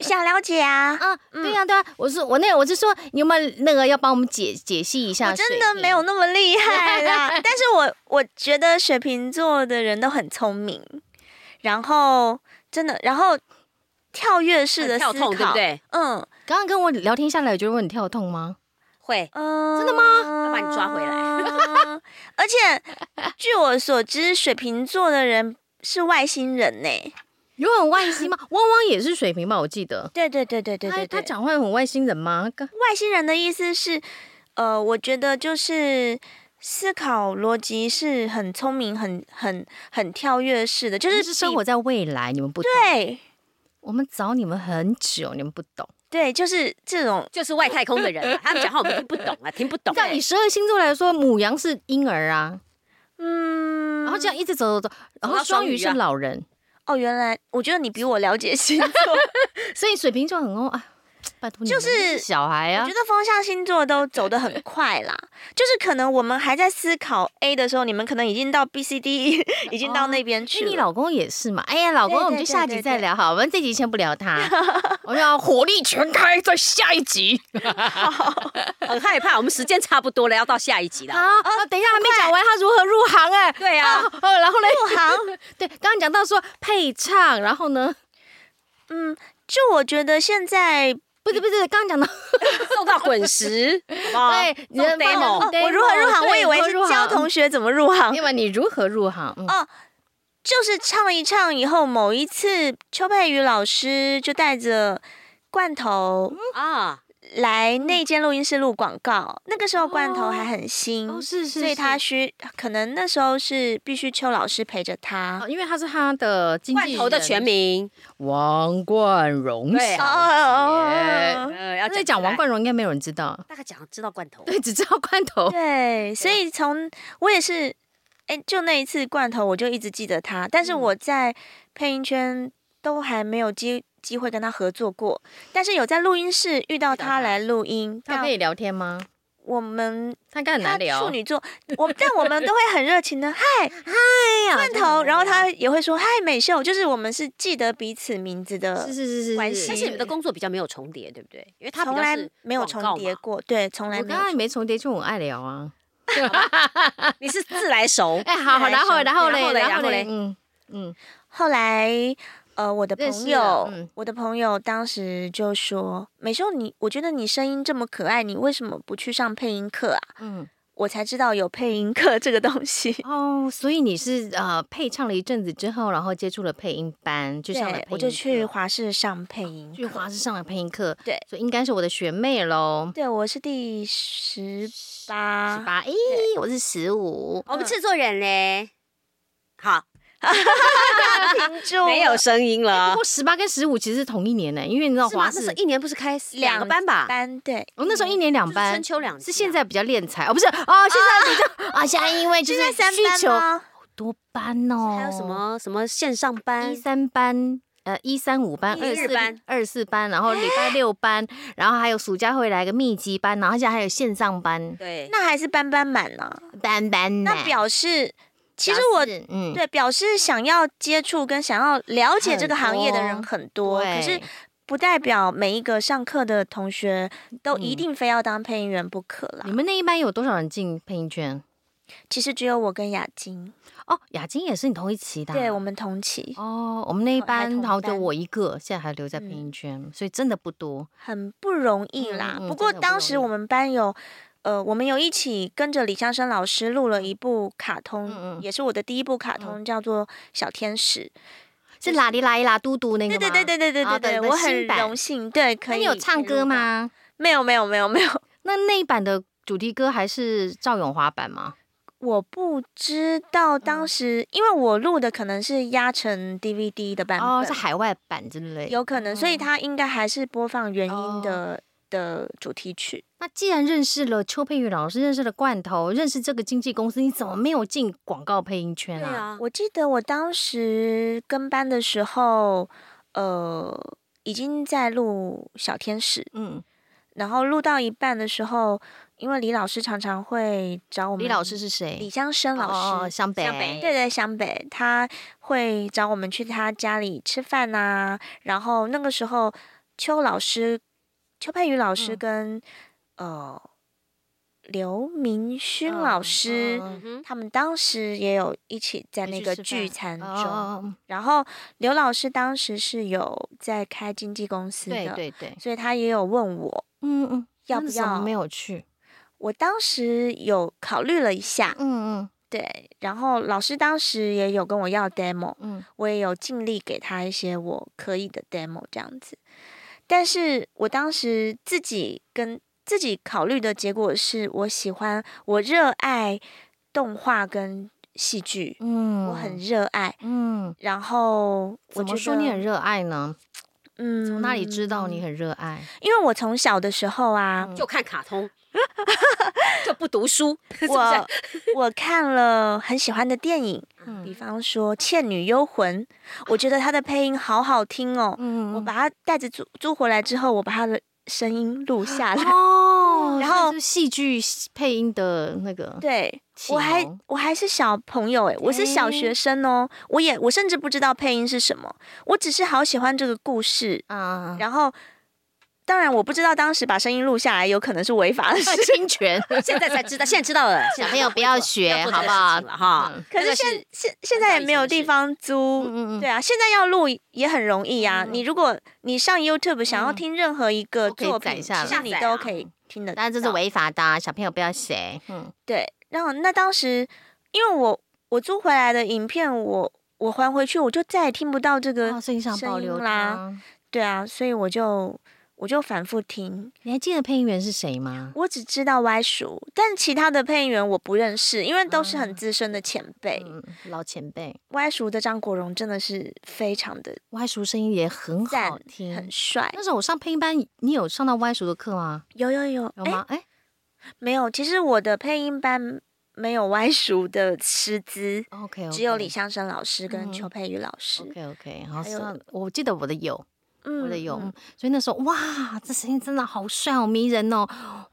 Speaker 4: 想了解啊。
Speaker 2: 啊，对呀、对呀、我是我那个我是说，你有没有那个要帮我们解解析一下？
Speaker 4: 我真的没有，那么厉害 啦，但是我我觉得水瓶座的人都很聪明，然后真的，然后跳跃式的
Speaker 1: 很
Speaker 4: 思考，
Speaker 1: 跳痛对不对？
Speaker 4: 嗯
Speaker 2: 刚刚跟我聊天下来，有觉得我很跳痛吗？
Speaker 1: 会
Speaker 4: 嗯，
Speaker 2: 真的
Speaker 4: 吗
Speaker 1: 要把你抓回
Speaker 4: 来。 而且据我所知，水瓶座的人是外星人呢、
Speaker 2: 有很外星吗？ 汪汪也是水瓶吧？我记得，
Speaker 4: 对对对对对对
Speaker 2: 他
Speaker 4: 对
Speaker 2: 他讲话很外星人吗？刚
Speaker 4: 外星人的意思是，呃，我觉得就是思考逻辑是很聪明、很很很跳跃式的，就
Speaker 2: 就是是生
Speaker 4: 比
Speaker 2: 活在未来，你们不懂。
Speaker 4: 对
Speaker 2: 我们找你们很久，你们不懂。
Speaker 4: 对，就是这种
Speaker 1: 就是外太空的 人嘛，啊他们讲话我们听不懂啊，听不懂、
Speaker 2: 像以十二星座来说，母羊是婴儿啊，
Speaker 4: 嗯，
Speaker 2: 然后这样一直走走走，
Speaker 1: 走
Speaker 2: 然后
Speaker 1: 到
Speaker 2: 双
Speaker 1: 双
Speaker 2: 鱼
Speaker 1: 鱼
Speaker 2: 是
Speaker 1: 啊
Speaker 2: 老人，
Speaker 4: 哦，原来我觉得你比我了解星座，
Speaker 2: 所以水瓶座很哦啊，拜托你
Speaker 4: 就
Speaker 2: 们
Speaker 4: 是
Speaker 2: 小孩
Speaker 4: 我
Speaker 2: 啊
Speaker 4: 觉，得风象星座都走得很快啦。就是可能我们还在思考 A 的时候，你们可能已经到 B、C、D，已经到那边去
Speaker 2: 因为哦哎你
Speaker 4: 了。
Speaker 2: 老公也是嘛，哎呀，老公，
Speaker 4: 对
Speaker 2: 我们
Speaker 4: 对
Speaker 2: 就
Speaker 4: 对
Speaker 2: 下集
Speaker 4: 对对
Speaker 2: 再聊好，我们这集先不聊 他，我们要火力全开，在下一集。
Speaker 1: 很害怕。我们时间差不多了，要到下一集
Speaker 2: 好，
Speaker 1: 了。
Speaker 4: 呃
Speaker 2: 啊，等一下还没讲完，他如何入行哎、
Speaker 1: 对啊，
Speaker 2: 哦，然后呢？
Speaker 4: 入行，
Speaker 2: 对，刚刚讲到说配唱，然后呢？
Speaker 4: 嗯，就我觉觉得现在
Speaker 2: 不是不是，刚刚讲到
Speaker 1: 送到滚石，
Speaker 4: 哦
Speaker 1: 对，
Speaker 2: 对，你的
Speaker 1: 送 demo
Speaker 2: 哦
Speaker 4: 我如何入行，
Speaker 2: 对
Speaker 4: 我以为
Speaker 2: 如何
Speaker 4: 是
Speaker 2: 入
Speaker 4: 教
Speaker 2: 行
Speaker 4: 同学怎么入行，
Speaker 2: 另外，你如何入行？嗯
Speaker 4: 哦就是唱一唱以后，某一次邱佩瑜老师就带着罐头
Speaker 1: 啊，
Speaker 4: 来那间录音室录广告，那个时候罐头还很新，
Speaker 2: 哦，是是，
Speaker 4: 所以他
Speaker 2: 是
Speaker 4: 需可能那时候是必须邱老师陪着他
Speaker 2: 哦，。因为他是他的经
Speaker 1: 罐
Speaker 2: 纪
Speaker 1: 头的
Speaker 2: 人
Speaker 1: 全名，
Speaker 2: 王冠荣
Speaker 1: 对
Speaker 2: 小
Speaker 4: 哦
Speaker 2: 姐。
Speaker 1: 呃，要
Speaker 2: 哦在讲王，冠荣，应该没有人知道，
Speaker 1: 大概讲知道罐头，
Speaker 2: 对，只知道罐头。
Speaker 4: 对，所以从我也是，哎，就那一次罐头，我就一直记得他，但
Speaker 2: 嗯
Speaker 4: 是我在配音圈都还没有机机会跟他合作过，但是有在录音室遇到他来录音，
Speaker 2: 他
Speaker 4: 但
Speaker 2: 可以聊天吗？
Speaker 4: 我们
Speaker 2: 他应该很
Speaker 4: 他
Speaker 2: 难聊。
Speaker 4: 处女座，我但我们都会很 热情的嗨
Speaker 2: 哎呀
Speaker 4: 罐头，然后他也会说嗨美秀，就是我们是记得彼此名字的
Speaker 2: 是，是是是，
Speaker 4: 关系
Speaker 1: 但是你们的工作比较没有重叠，对不对？因为他
Speaker 4: 从来没有重叠
Speaker 1: 过，
Speaker 4: 过，对，从来
Speaker 2: 我
Speaker 4: 没
Speaker 2: 刚
Speaker 4: 有
Speaker 2: 刚也没重叠，就我爱聊啊。
Speaker 1: 你是自来熟
Speaker 2: ，哎，好好，
Speaker 4: 来
Speaker 2: 然后
Speaker 4: 说
Speaker 2: 然后
Speaker 1: 然
Speaker 2: 嘞，
Speaker 1: 后嘞
Speaker 2: 然
Speaker 1: 然
Speaker 2: 后
Speaker 1: 后
Speaker 2: 嘞
Speaker 1: 嘞，
Speaker 2: 嗯嗯，
Speaker 4: 后来，呃，我的
Speaker 2: 认识
Speaker 4: 朋
Speaker 2: 了
Speaker 4: 友，
Speaker 2: 嗯
Speaker 4: 我的朋友当时就说：“美秀，你我觉得你声音这么可爱，你为什么不去上配音课啊
Speaker 2: 嗯，？”
Speaker 4: 我才知道有配音课这个东 西。
Speaker 2: 哦，所以你是呃配唱了一阵子之后，然后接触了配音班，就上了配音
Speaker 4: 对，我就去
Speaker 2: 课
Speaker 4: 华视上配音
Speaker 2: 去
Speaker 4: 课。
Speaker 2: 华师上了配音课，
Speaker 4: 对
Speaker 2: 所以应该是我的学妹喽，
Speaker 4: 对，我是第十
Speaker 1: 啊
Speaker 2: 十
Speaker 4: 八。
Speaker 2: 八，哎，我是 十五，
Speaker 1: 我们制作人嘞，嗯 好，
Speaker 4: 停住，
Speaker 1: 没有声音
Speaker 2: 不
Speaker 1: 了
Speaker 2: 过。十八跟十五其实是同一年呢，因为你知道
Speaker 1: 是吗
Speaker 2: 华？
Speaker 1: 那
Speaker 2: 师
Speaker 1: 时候，一年哎不是开两个班
Speaker 2: 啊
Speaker 1: 吧？
Speaker 4: 班对，
Speaker 2: 我那时候一年两
Speaker 1: 就是
Speaker 2: 班
Speaker 1: 春。秋两
Speaker 2: 是
Speaker 1: 期啊
Speaker 2: 现在比较练才哦，不是哦，现在比较 啊，现在因为就
Speaker 4: 现
Speaker 2: 是
Speaker 4: 在三
Speaker 2: 需求
Speaker 4: 班吗？
Speaker 2: 多班哦，
Speaker 1: 还有什么什么线上班
Speaker 2: 一？三班。呃，一三五班、二
Speaker 1: 一
Speaker 2: 四
Speaker 1: 日班、
Speaker 2: 二四班，然后礼拜六班，然后还有暑假会来个密集班，然后现在还有线上班，
Speaker 1: 对，
Speaker 4: 那还是班班满呢、
Speaker 2: 班班呢。
Speaker 4: 那表示，其实我
Speaker 2: 表示嗯，
Speaker 4: 对表示想要接触跟想要了解这个行业的人很多，
Speaker 2: 对
Speaker 4: 可是不代表每一个上课的同学都一
Speaker 2: 嗯
Speaker 4: 定非要当配音员不可啦。
Speaker 2: 你们那一班有多少人进配音圈？
Speaker 4: 其实只有我跟雅晶，
Speaker 2: 哦，雅晶也是你同一期的啊、
Speaker 4: 对我们同期，
Speaker 2: 哦，我们那一
Speaker 4: 同还
Speaker 2: 班
Speaker 4: 同
Speaker 2: 好就
Speaker 4: 班
Speaker 2: 我一个，现在还留在配
Speaker 4: 嗯
Speaker 2: 音圈，所以真的不多。
Speaker 4: 很不容易啦。
Speaker 2: 嗯嗯嗯
Speaker 4: 不过
Speaker 2: 真的不容易
Speaker 4: 当时我们班有。呃，我们有一起跟着李相生老师录了一部卡通，
Speaker 2: 嗯嗯嗯
Speaker 4: 也是我的第一部卡通，叫做《小天使》。
Speaker 2: 是啦哩啦哩啦嘟嘟那个
Speaker 4: 对
Speaker 2: 吗？
Speaker 4: 对对对对对
Speaker 2: 哦
Speaker 4: 对对，
Speaker 2: 的的
Speaker 4: 我
Speaker 2: 新
Speaker 4: 很
Speaker 2: 版
Speaker 4: 荣幸，对，可
Speaker 2: 那
Speaker 4: 以。
Speaker 2: 你有唱
Speaker 4: 可以录
Speaker 2: 歌
Speaker 4: 到？
Speaker 2: 吗？
Speaker 4: 没有没有没有没有，
Speaker 2: 那那一版的主题歌还是赵咏华版吗？
Speaker 4: 我不知道当时，因为我录的可能是压成 DVD 的版本，
Speaker 2: 哦，是海外版之类的。
Speaker 4: 有可能，所以
Speaker 2: 嗯
Speaker 4: 它应该还是播放原
Speaker 2: 哦
Speaker 4: 音的、的主题曲。
Speaker 2: 那既然认识了邱佩玉老师，认识了罐头，认识这个经纪公司，你怎么没有进广告配音圈
Speaker 1: 对
Speaker 2: 啊？
Speaker 1: 啊，
Speaker 4: 我记得我当时跟班的时候，呃，已经在录《小天使》，
Speaker 2: 嗯，
Speaker 4: 然后录到一半的时候，因为李老师常常会找我们，
Speaker 2: 李老师是
Speaker 4: 李
Speaker 2: 谁？
Speaker 4: 湘生老师，
Speaker 2: 哦，湘北。
Speaker 1: 湘北
Speaker 4: 对对，湘北他会找我们去他家里吃饭呐、然后那个时候，邱老师、邱佩瑜老师
Speaker 2: 嗯
Speaker 4: 跟、呃刘明勋
Speaker 2: 嗯
Speaker 4: 老
Speaker 2: 嗯
Speaker 4: 师、
Speaker 2: 嗯
Speaker 1: 嗯哼，
Speaker 4: 他们当时也有一起在那个聚餐中。
Speaker 2: 哦，
Speaker 4: 然后刘老师当时是有在开经纪公司
Speaker 2: 对
Speaker 4: 的，
Speaker 2: 对对，
Speaker 4: 所以他也有问我
Speaker 2: 嗯嗯，
Speaker 4: 要
Speaker 2: 那
Speaker 4: 不
Speaker 2: 怎么
Speaker 4: 要
Speaker 2: 没。有去？
Speaker 4: 我当时有考虑了一下，
Speaker 2: 嗯
Speaker 4: 对，然后老师当时也有跟我要 demo，
Speaker 2: 嗯嗯，
Speaker 4: 我也有尽力给他一些我可以的 demo 这样子。但是我当时自己跟自己考虑的结果是我喜欢，我热爱动画跟戏剧，
Speaker 2: 嗯，
Speaker 4: 我很热爱。
Speaker 2: 嗯，
Speaker 4: 然后我
Speaker 2: 怎
Speaker 4: 觉
Speaker 2: 么
Speaker 4: 得
Speaker 2: 说你很热爱呢？
Speaker 4: 嗯
Speaker 2: 从哪里知道嗯你？很热爱？
Speaker 4: 因为我从小的时候啊，
Speaker 1: 就看卡通，就不读书，是不是
Speaker 4: 我？我看了很喜欢的电影，
Speaker 2: 嗯
Speaker 4: 比方说《倩女幽魂》，我觉得它的配音好好听哦。
Speaker 2: 嗯
Speaker 4: 我把它带着租租回来之后，我把它的声音
Speaker 2: 啊
Speaker 4: 录下来。
Speaker 2: 哦，
Speaker 4: 然后
Speaker 2: 这是戏剧配音的那个，
Speaker 4: 对，
Speaker 2: 启
Speaker 4: 我还
Speaker 2: 蒙
Speaker 4: 我还是小朋友欸诶，我是小学生哦，我也我甚至不知道配音是什么，我只是好喜欢这个故事，
Speaker 2: 啊，
Speaker 4: 然后。当然，我不知道当时把声音录下来有可能是违法的 事，
Speaker 2: 侵 权，
Speaker 1: 现在才知道，现在知道了，
Speaker 2: 小
Speaker 1: 现在
Speaker 2: 朋友不要学
Speaker 1: 要做这
Speaker 2: 好
Speaker 1: 个
Speaker 2: 不好
Speaker 1: 事情了哈
Speaker 2: 嗯，
Speaker 4: 可
Speaker 1: 那
Speaker 4: 是
Speaker 1: 个
Speaker 4: 现现现在也没有地方租，
Speaker 2: 嗯嗯嗯
Speaker 4: 对啊，现在要录也很容易啊。
Speaker 2: 嗯
Speaker 4: 你如果你上 YouTube 想要
Speaker 2: 嗯
Speaker 4: 听任何一个
Speaker 2: 都可以
Speaker 4: 作
Speaker 2: 载啊
Speaker 4: 品，
Speaker 2: 下
Speaker 4: 其
Speaker 1: 来
Speaker 4: 实你都可以听得到。
Speaker 6: 当然这是违法的啊，小朋友不要学。嗯，
Speaker 4: 对，然后那当时因为我我租回来的影片，我我还回去，我就再也听不到这个
Speaker 2: 哦，所以你想保留
Speaker 4: 声音啦
Speaker 2: 它。
Speaker 4: 对啊，所以我就我就反复听。
Speaker 2: 你还记得配音员是谁吗？
Speaker 4: 我只知道歪叔，但其他的配音员我不认识，因为都是很资深的前辈。
Speaker 2: 哦嗯，老前辈，
Speaker 4: 歪叔的张国荣真的是非常的
Speaker 2: 歪叔声音也很好
Speaker 4: 赞，
Speaker 2: 听，
Speaker 4: 很帅。
Speaker 2: 那时候我上配音班，你有上到歪叔的课吗？
Speaker 4: 有有有，
Speaker 2: 有
Speaker 4: 诶
Speaker 2: 吗？哎、
Speaker 4: 没有，其实我的配音班没有歪叔的师资，
Speaker 2: o k
Speaker 4: 只有李相生老师
Speaker 2: 嗯
Speaker 4: 跟邱佩瑜老师。
Speaker 2: OK OK，好
Speaker 4: 还有
Speaker 2: 像我记得我的有，
Speaker 4: 嗯
Speaker 2: 我的有，
Speaker 4: 嗯
Speaker 2: 嗯所以那时候哇，这声音真的好帅，好迷人哦，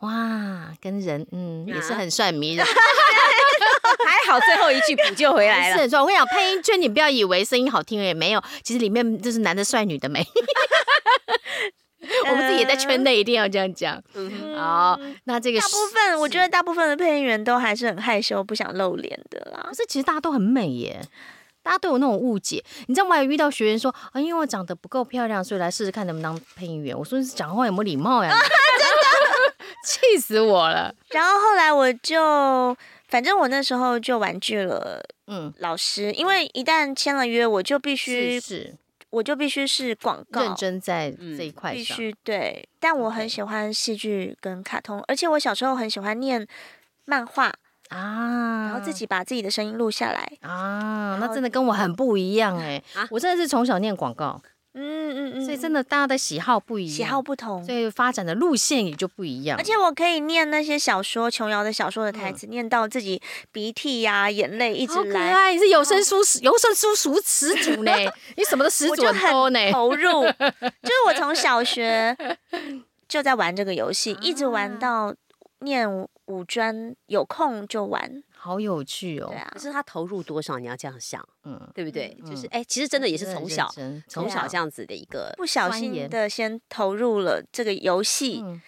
Speaker 2: 哇，跟人嗯也是
Speaker 1: 啊
Speaker 2: 很帅很迷人，
Speaker 1: 还好最后一句补救回来
Speaker 2: 是
Speaker 1: 了。
Speaker 2: 很帅。我跟你讲，配音圈你不要以为声音好听也没有，其实里面就是男的帅，女的美。 我们自己也在圈内一定要这样讲。
Speaker 1: 嗯
Speaker 2: 好，那这个
Speaker 4: 大部分我觉得大部分的配音员都还是很害羞，不想露脸的啦
Speaker 2: 可。是其实大家都很美耶，大家都有那种误解。你知道我还有遇到学员说啊，因为我长得不够漂亮，所以来试试看能不能当配音员。我说你讲话有没有礼貌 呀？ 气死我了。
Speaker 4: 然后后来我就，反正我那时候就婉拒了
Speaker 2: 嗯，
Speaker 4: 老师，因为一旦签了约，我就必须，
Speaker 2: 是是
Speaker 4: 我就必须是广告
Speaker 2: 认真在
Speaker 1: 嗯
Speaker 2: 这一块
Speaker 4: 必
Speaker 2: 上。
Speaker 4: 须对，但我很
Speaker 2: OK
Speaker 4: 喜欢戏剧跟卡通，而且我小时候很喜欢念漫画，
Speaker 2: 啊，
Speaker 4: 然后自己把自己的声音录下来。
Speaker 2: 啊，
Speaker 4: 然
Speaker 2: 那
Speaker 4: 后
Speaker 2: 真的跟我很不一样哎、
Speaker 1: 啊
Speaker 2: 我真的是从小念广告，
Speaker 4: 嗯嗯嗯，
Speaker 2: 所以真
Speaker 4: 的
Speaker 2: 的大家的喜好不一样，
Speaker 4: 喜好不同
Speaker 2: 所。以发展的路线也就不一样。
Speaker 4: 而且我可以念那些小说，琼瑶的小说的台词，念到自己鼻涕呀、眼泪一直
Speaker 2: 嗯好可
Speaker 4: 来，哦
Speaker 2: 爱，你是有声书有声书熟始祖 呢，你什么都始
Speaker 4: 我
Speaker 2: 祖
Speaker 4: 就
Speaker 2: 多
Speaker 4: 很
Speaker 2: 呢。
Speaker 4: 投入。就是我从小学就在玩这个游戏，一直
Speaker 2: 啊
Speaker 4: 玩到念五专，有空就玩。
Speaker 2: 好有趣哦
Speaker 4: 对！啊
Speaker 1: 可，是他投入多少，你要这样想，
Speaker 2: 嗯，
Speaker 1: 对不对？
Speaker 2: 嗯
Speaker 1: 就是哎，其实真的也是从小
Speaker 2: 真的啊认真
Speaker 1: 从小这
Speaker 2: 样，
Speaker 1: 样子的一个，
Speaker 4: 不小
Speaker 2: 钻
Speaker 4: 心
Speaker 2: 研
Speaker 4: 的先投入了这个游戏，
Speaker 2: 嗯，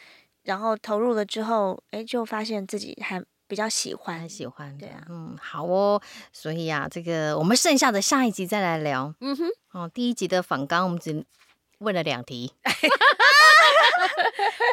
Speaker 4: 然后投入了之后，哎，就发现自己还比较喜欢
Speaker 2: 蛮。喜欢的
Speaker 4: 对啊。
Speaker 2: 嗯，好哦。所以啊，这个我们剩下的下一集再来聊
Speaker 1: 嗯哼，
Speaker 2: 哦。第一集的访纲我们只问了两题，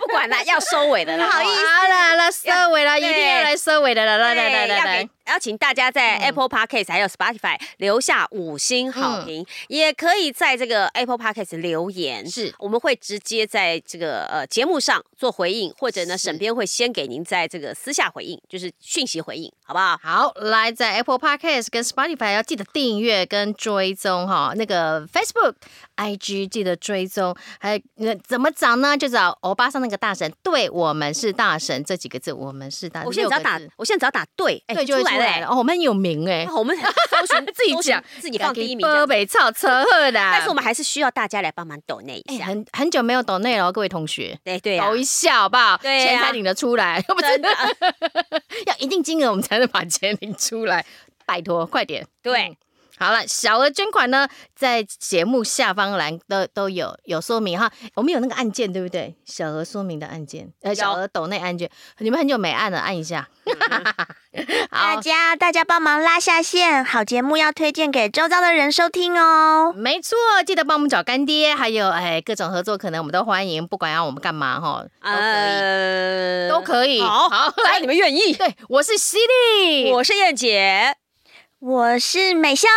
Speaker 1: 不管了，要收尾了啦，啊
Speaker 4: 不好意
Speaker 1: 哈
Speaker 2: 好
Speaker 4: 思
Speaker 2: 了好了，啊收尾了，一
Speaker 1: 对
Speaker 2: 定要来收尾的了，来来来
Speaker 1: 对
Speaker 2: 来
Speaker 1: 哎要
Speaker 2: 来
Speaker 1: 给。要请大家在
Speaker 2: 嗯
Speaker 1: Apple Podcast 还有 Spotify 留下五星好
Speaker 2: 嗯
Speaker 1: 评，也可以在这个 Apple Podcast 留言，
Speaker 2: 是
Speaker 1: 我们会直接在这个呃节目上做回应，或者呢
Speaker 2: 是
Speaker 1: 沈编会先给您在这个私下回应，就是讯息回应，好不好？
Speaker 2: 好，来在 Apple Podcast 跟 Spotify 要记得订阅跟追踪哈，那个 Facebook、IG 记得追踪，还有那怎么找呢？就找欧巴桑那个大神，对我们是大神这几个字，我们是大神。
Speaker 1: 我现在只要
Speaker 2: 啊六
Speaker 1: 打
Speaker 2: 个字，
Speaker 1: 我现在只要打对，哎
Speaker 2: 对就会出
Speaker 1: 了
Speaker 2: 来
Speaker 1: 哎
Speaker 2: 了。哦，我们很有名哎、
Speaker 1: 啊我们搜 寻
Speaker 2: 自己
Speaker 1: 搜寻
Speaker 2: 讲
Speaker 1: 自己放第一名这
Speaker 2: 波
Speaker 1: 样子，
Speaker 2: 北操车赫的。
Speaker 1: 但是我们还是需要大家来帮忙抖那
Speaker 2: 哎
Speaker 1: 一下，
Speaker 2: 很很久没有抖内了哦，各位同学。
Speaker 1: 对对哦啊
Speaker 2: 抖一下好不好？
Speaker 1: 对啊
Speaker 2: 钱才领得出来，要不真的 要一定金额我们才能把钱领出来，拜托快点。
Speaker 1: 对
Speaker 2: 嗯好了，小额捐款呢，在节目下方栏都都有有说明哈，我们有那个按键对不对？小额说明的按键，呃，小额抖内按键，你们很久没按了，按一下。
Speaker 1: 嗯
Speaker 2: 好
Speaker 4: 大，家大家帮忙拉下线，好节目要推荐给周遭的人收听哦。
Speaker 2: 没错，记得帮我们找干爹，还有哎各种合作可能我们都欢迎，不管要我们干嘛哈，都可以，
Speaker 1: 呃
Speaker 2: 都可以。
Speaker 1: 好只要
Speaker 2: 来
Speaker 1: 你们愿意。
Speaker 2: 对，我是犀利，
Speaker 1: 我是燕姐，
Speaker 4: 我是美秀，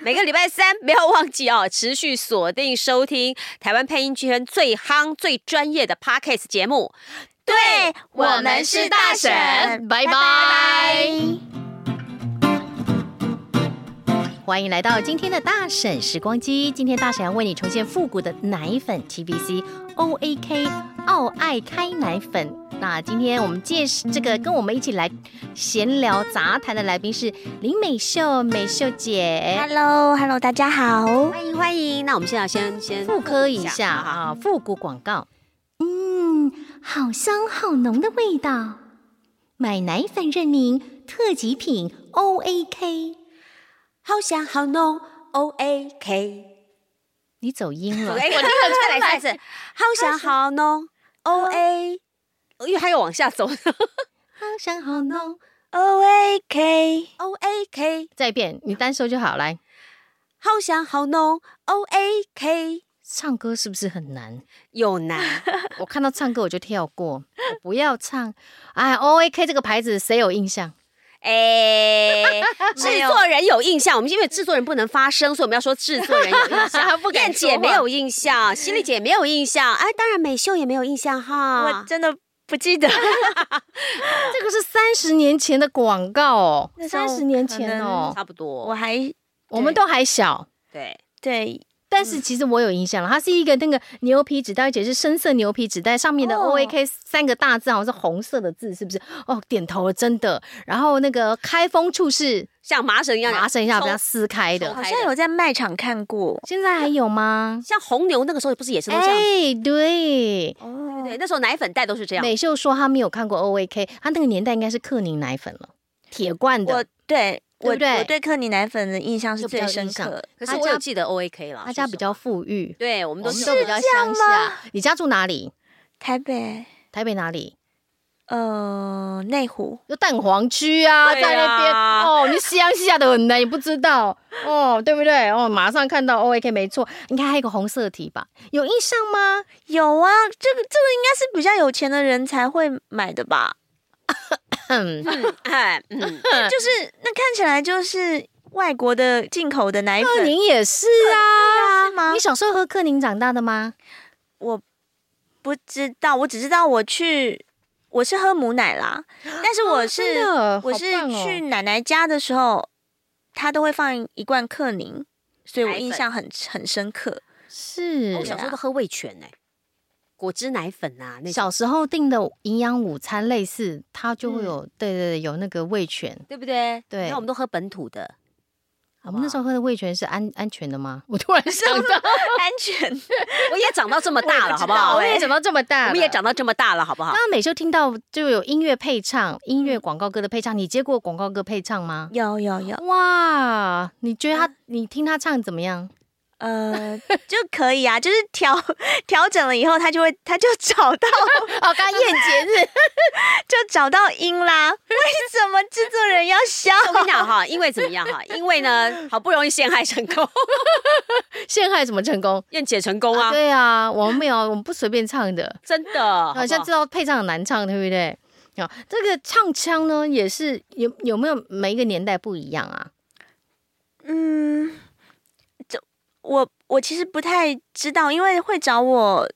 Speaker 1: 每个礼拜三不要忘记哦，持续锁定收听台湾配音圈最夯、最专业的 podcast 节目。
Speaker 4: 对
Speaker 2: 我们是大神拜拜
Speaker 4: 拜拜
Speaker 2: 欢迎来到今天的大婶时光机。今天大婶要为你重现复古的奶粉 TVC OAK 奥爱开奶粉。那今天我们介绍这个跟我们一起来闲聊杂谈的来宾是林美秀，美秀姐。
Speaker 3: Hello，Hello，大家好。
Speaker 1: 欢迎欢迎。那我们现在先先
Speaker 2: 复刻一下
Speaker 1: 好好
Speaker 2: 啊，复古广告。
Speaker 6: 嗯，好香好浓的味道。买奶粉认明特级品 OAK。
Speaker 1: 好香好浓 O A K。
Speaker 2: 你走音 了，
Speaker 1: 哎，我听了再来一次，好香好浓 O
Speaker 4: 哦
Speaker 1: A，因为还有往下走
Speaker 2: 好香好浓。
Speaker 3: O A K，
Speaker 1: O A K，
Speaker 2: 再一遍，你单说就好。来，
Speaker 1: 好香好浓 O A K，
Speaker 2: 唱歌是不是很难？
Speaker 1: 有难。
Speaker 2: 我看到唱歌我就跳过，我不要唱。哎，O A K 这个牌子谁有印象？
Speaker 1: 哎，制作人有印象，我们因为制作人不能发声，所以我们要说制作人有印 象。
Speaker 2: 不
Speaker 1: 燕
Speaker 2: 敢说
Speaker 1: 姐
Speaker 2: 话
Speaker 1: 没有印象，犀利姐没有印象，哎，当然美秀也没有印象
Speaker 4: 哦我
Speaker 1: 哈。
Speaker 4: 真的不记得，
Speaker 2: 这个是三十年前的广告哦
Speaker 4: 那，时候
Speaker 2: 三十年前哦，
Speaker 1: 差不
Speaker 4: 我
Speaker 1: 多，
Speaker 4: 还
Speaker 2: 我们都还小。
Speaker 1: 对，
Speaker 4: 对
Speaker 2: 但是其实我有印象了，它是一个那个牛皮纸袋，而且是深色牛皮纸袋，上面的 O A K 三个大字好像是红色的字，是不是？哦，点头了，真的。然后那个开封处是
Speaker 1: 像麻绳一样，
Speaker 2: 麻绳一下把它
Speaker 1: 抽
Speaker 2: 撕开
Speaker 1: 抽
Speaker 2: 的，
Speaker 4: 好像有在卖场看过
Speaker 2: 现在还有吗？
Speaker 1: 像红牛那个时候不是也是都这样？
Speaker 2: 哎，对，
Speaker 4: 哦
Speaker 1: 对，那时候奶粉袋都是这样。
Speaker 2: 美秀说她没有看过 O A K，她那个年代应该是克宁奶粉了，铁罐
Speaker 4: 我
Speaker 2: 的。
Speaker 4: 对
Speaker 2: 对
Speaker 4: 我
Speaker 2: 不对
Speaker 4: 我对克尼奶粉的印象是
Speaker 2: 就比较
Speaker 4: 最深
Speaker 2: 印象
Speaker 4: 刻。
Speaker 1: 可是我有记得 O A K 了，
Speaker 2: 她家比
Speaker 1: 说
Speaker 2: 较富裕哦
Speaker 1: 实话，对，我们
Speaker 2: 我
Speaker 1: 都
Speaker 2: 们
Speaker 1: 是
Speaker 2: 都比较乡下。你家住哪里？
Speaker 4: 台北
Speaker 2: 台北哪里？
Speaker 4: 呃内湖
Speaker 2: 就蛋黄区啊，
Speaker 1: 对啊
Speaker 2: 在那边哦，你乡下的很呢，你不知道哦，对不对？哦，马上看到 O A K 没错，应该还有一个红色题吧？有印象吗？
Speaker 4: 有啊，这个这个应该是比较有钱的人才会买的吧？
Speaker 2: 嗯，
Speaker 1: 哎，嗯，
Speaker 4: 就是那看起来就是外国的进口的奶
Speaker 2: 克
Speaker 4: 粉
Speaker 2: 宁也是啊。
Speaker 4: 啊吗
Speaker 2: 你？小时候喝克宁长大的吗？
Speaker 4: 我不知道，我只知道我去我是喝母奶啦，但是我是、
Speaker 2: 啊真的，
Speaker 4: 我是
Speaker 2: 好棒哦
Speaker 4: 去奶奶家的时候，她都会放一罐克宁，所以我
Speaker 1: 奶粉
Speaker 4: 印象很很深 刻。
Speaker 2: 是
Speaker 1: 我小时候都喝味全呢，果汁奶粉啊，那种嗯
Speaker 2: 小时候订的营养午餐类似，它就会有、对对对，有那个味全。
Speaker 1: 对不对？
Speaker 2: 对
Speaker 1: 那我们都喝本土的，
Speaker 2: 我们那时候喝的味全是安安全的吗？我 突然想到，
Speaker 4: 安全，
Speaker 1: 我也长到这么大了，好不好 哎
Speaker 2: 我？也长到这么大，
Speaker 1: 我们也。长到这么大了，好不好
Speaker 2: 刚？ 刚美秀听到就有音乐配唱，音
Speaker 1: 嗯
Speaker 2: 乐广告歌的配唱，你接过广告歌配唱吗？
Speaker 4: 有有
Speaker 1: 呃
Speaker 4: 有，
Speaker 2: 哇，你觉得他，
Speaker 1: 嗯
Speaker 2: 你听他唱怎么样？
Speaker 4: 呃，就可以啊，就是调调整了以后，他就会他就找到
Speaker 2: 哦，刚燕姐日
Speaker 4: 就找到音啦。为什么制作人要笑？
Speaker 1: 我跟你讲哈，因为怎么样哈？因为呢，好不容易陷害成功，
Speaker 2: 陷害怎么成功？
Speaker 1: 燕姐成功
Speaker 2: 啊
Speaker 1: 啊，
Speaker 2: 对啊，我们没有，我们不随便唱的。
Speaker 1: 真的，
Speaker 2: 好像
Speaker 1: 不
Speaker 2: 知道配唱很难唱，对不对？啊，这个唱腔呢，也是有有没有每一个年代不一样啊？
Speaker 4: 嗯，这我我其实不太知道，因为会找我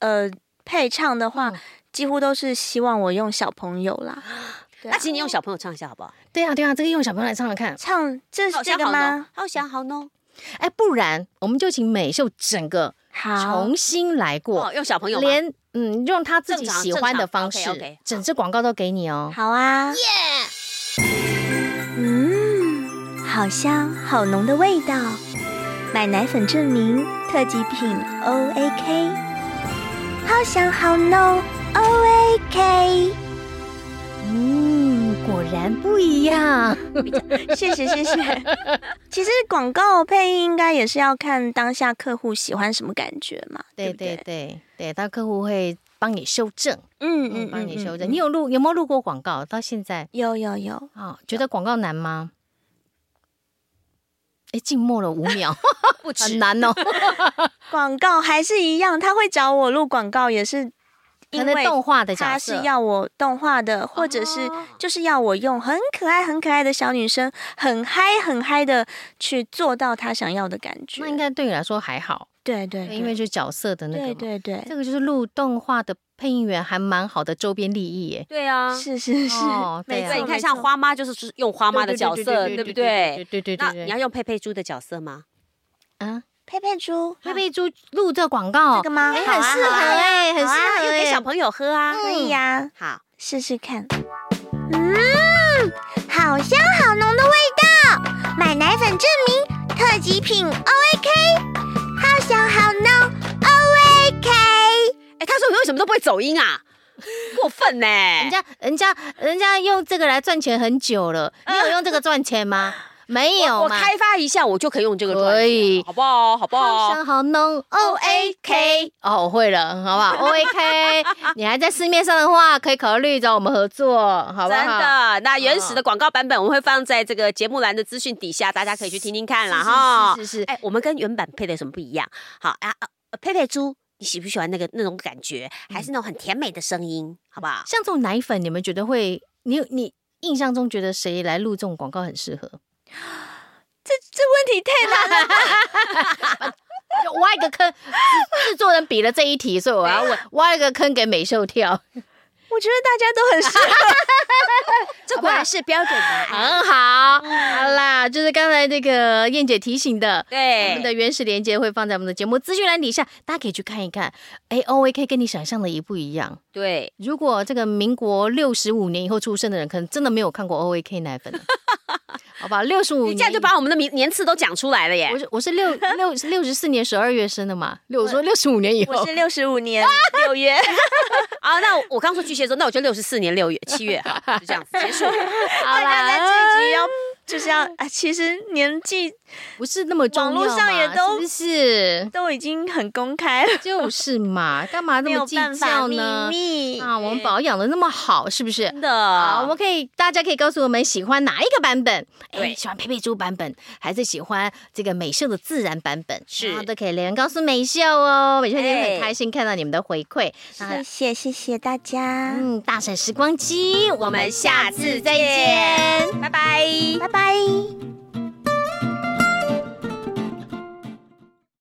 Speaker 4: 呃配唱的话，
Speaker 2: 嗯
Speaker 4: 几乎都是希望我用小朋友啦。
Speaker 1: 啊
Speaker 4: 啊
Speaker 1: 那请你用小朋友唱一下好不好？
Speaker 2: 对啊，对啊，这个用小朋友来唱唱看。
Speaker 4: 唱这是
Speaker 1: 好
Speaker 4: 这
Speaker 1: 香
Speaker 4: 个
Speaker 1: 好浓
Speaker 4: 吗？，
Speaker 1: 好香好浓。
Speaker 2: 哎，不然我们就请美秀整个
Speaker 4: 好，
Speaker 2: 重新来过，
Speaker 1: 哦，用小朋友吗
Speaker 2: 连嗯用她自己
Speaker 1: 正常
Speaker 2: 喜欢的方
Speaker 1: 正常
Speaker 2: 式
Speaker 1: ，OK，OK，，
Speaker 2: 整支广告都给你哦。
Speaker 4: 好啊。耶！嗯，好香好浓的味道。买奶粉证明特级品 O A K，
Speaker 3: 好想好浓 O A K。
Speaker 6: 嗯，果然不一样。
Speaker 4: 嗯谢谢谢谢。其实广告配音应该也是要看当下客户喜欢什么感觉嘛，
Speaker 2: 对
Speaker 4: 不
Speaker 2: 对对对，他客户会帮你修正，
Speaker 4: 嗯
Speaker 2: 嗯，帮你修正。
Speaker 4: 嗯
Speaker 2: 你有录有没有录过广告？到现在
Speaker 4: 有有有，
Speaker 2: 啊、觉得广告难吗？哎，静默了五秒，
Speaker 1: 嗯 不止
Speaker 2: 很难哦。
Speaker 4: 广告还是一样，他会找我录广告，也是
Speaker 2: 可
Speaker 4: 因
Speaker 2: 能
Speaker 4: 为
Speaker 2: 动画的角
Speaker 4: 他
Speaker 2: 色哦
Speaker 4: 是要我动画的，或者是就是要我用很可爱、很可爱的小女生，很嗨、很嗨的去做到他想要的感觉。
Speaker 2: 那应该对你来说还好，
Speaker 4: 对对，对
Speaker 2: 因为就角色的那个嘛
Speaker 4: 对对对
Speaker 2: 这个就是录动画的配音员还蛮好的周边利益耶。
Speaker 1: 对啊，
Speaker 4: 是是是，
Speaker 2: 哦，对
Speaker 1: 对，
Speaker 2: 啊
Speaker 1: 你看像花妈就是是用花妈的角色，对不对？？
Speaker 2: 对对对
Speaker 1: 那
Speaker 2: 对
Speaker 1: 你
Speaker 2: 对。
Speaker 1: 要用佩佩猪的角色吗？
Speaker 2: 啊，
Speaker 3: 佩佩猪，
Speaker 2: 佩佩猪录这广告
Speaker 3: 这个吗？
Speaker 2: 哎
Speaker 3: 好啊
Speaker 2: 很适合
Speaker 3: 好啊
Speaker 2: 哎，很适
Speaker 3: 好啊
Speaker 2: 合
Speaker 1: 又给
Speaker 2: 哎
Speaker 1: 小朋友喝啊。
Speaker 3: 可以
Speaker 4: 嗯
Speaker 3: 呀，
Speaker 1: 好，
Speaker 3: 试试看。嗯，好香好浓的味道，买奶粉证明特级品 O A K，好香好浓 O A K。
Speaker 1: 哎，他说你为什么都不会走音啊？过分呢！
Speaker 2: 人家人家人家用这个来赚钱很 久了，你有用这个赚钱吗？没有
Speaker 1: 我
Speaker 2: 嘛。
Speaker 1: 开发一下，我就可以用这个赚
Speaker 2: 可以
Speaker 1: 钱了好不好？好不
Speaker 2: 好
Speaker 1: 好？
Speaker 2: 香好浓 O A K 哦，我会了，好不好？O A K，你 还在市面上的话，可以考虑找我们合作，好不好？
Speaker 1: 真的，那原始的广告版本我们会放在这个节目栏的资讯底下，大家可以去听听看啦哈。
Speaker 2: 是是是是，
Speaker 1: 哎，我们跟原版配的有什么不一样？好啊，啊佩佩猪，你喜不喜欢那个那种感觉，还是那种很甜美的声音，好不好？
Speaker 2: 像这种奶粉，你们觉得会？你你印象中觉得谁来录这种广告很适合？
Speaker 4: 这这问题太 难了。
Speaker 2: 就挖一个坑，制制作人比了这一题，所以我要问，挖一个坑给美秀跳，
Speaker 4: 我觉得大家都很适 合。
Speaker 1: 这果然是标准的啊。
Speaker 2: 很好。好啦，就是刚才那个燕姐提醒的，我们
Speaker 1: 对，
Speaker 2: 的原始连接会放在我们的节目资讯栏底下，大家可以去看一看。哎，O A K 跟你想象的一不一样？
Speaker 1: 对，
Speaker 2: 如果这个民国六十五年以后出生的人，可能真的没有看过 O A K 奶粉了， 好吧？六十五
Speaker 1: 你
Speaker 2: 年
Speaker 1: 这样就
Speaker 2: 以
Speaker 1: 把我们的年年次都讲出来了耶
Speaker 2: 我。是我是 六六六十四年十二月生的嘛，六我说六十五年以后
Speaker 4: 我是六十五 年六月，
Speaker 1: 啊，那我刚说巨蟹座，那我就六十四年六月七月，好，就这样子结 束。
Speaker 2: 好
Speaker 4: 大家在
Speaker 2: 啦，
Speaker 4: 这一集要就是要啊，其实年纪
Speaker 2: 不是那么重要嘛
Speaker 4: 网络上也
Speaker 2: 是
Speaker 4: 都
Speaker 2: 不 是
Speaker 4: 都已经很公 开了，
Speaker 2: 就是嘛，干嘛
Speaker 4: 没
Speaker 2: 那么
Speaker 4: 有
Speaker 2: 计
Speaker 4: 办法
Speaker 2: 较
Speaker 4: 秘
Speaker 2: 呢？
Speaker 4: 密
Speaker 2: 啊，我们保养的那么好，是不是？
Speaker 1: 真的，
Speaker 2: 啊，我们可以，大家可以告诉我们喜欢哪一个版本？哎，
Speaker 1: 对
Speaker 2: 喜欢佩佩猪版本，还是喜欢这个美秀的自然版本？
Speaker 1: 是
Speaker 2: 啊都可以留言告诉美秀哦。美秀今天很
Speaker 1: 哎
Speaker 2: 开心看到你们的回馈。那
Speaker 3: 谢谢谢谢大家，
Speaker 2: 嗯，大婶时光机，我
Speaker 1: 我
Speaker 2: 们
Speaker 1: 们
Speaker 2: 下
Speaker 1: 下
Speaker 2: 次
Speaker 1: 次
Speaker 2: 再
Speaker 1: 再
Speaker 2: 见。
Speaker 1: 见，拜拜。
Speaker 3: 拜拜。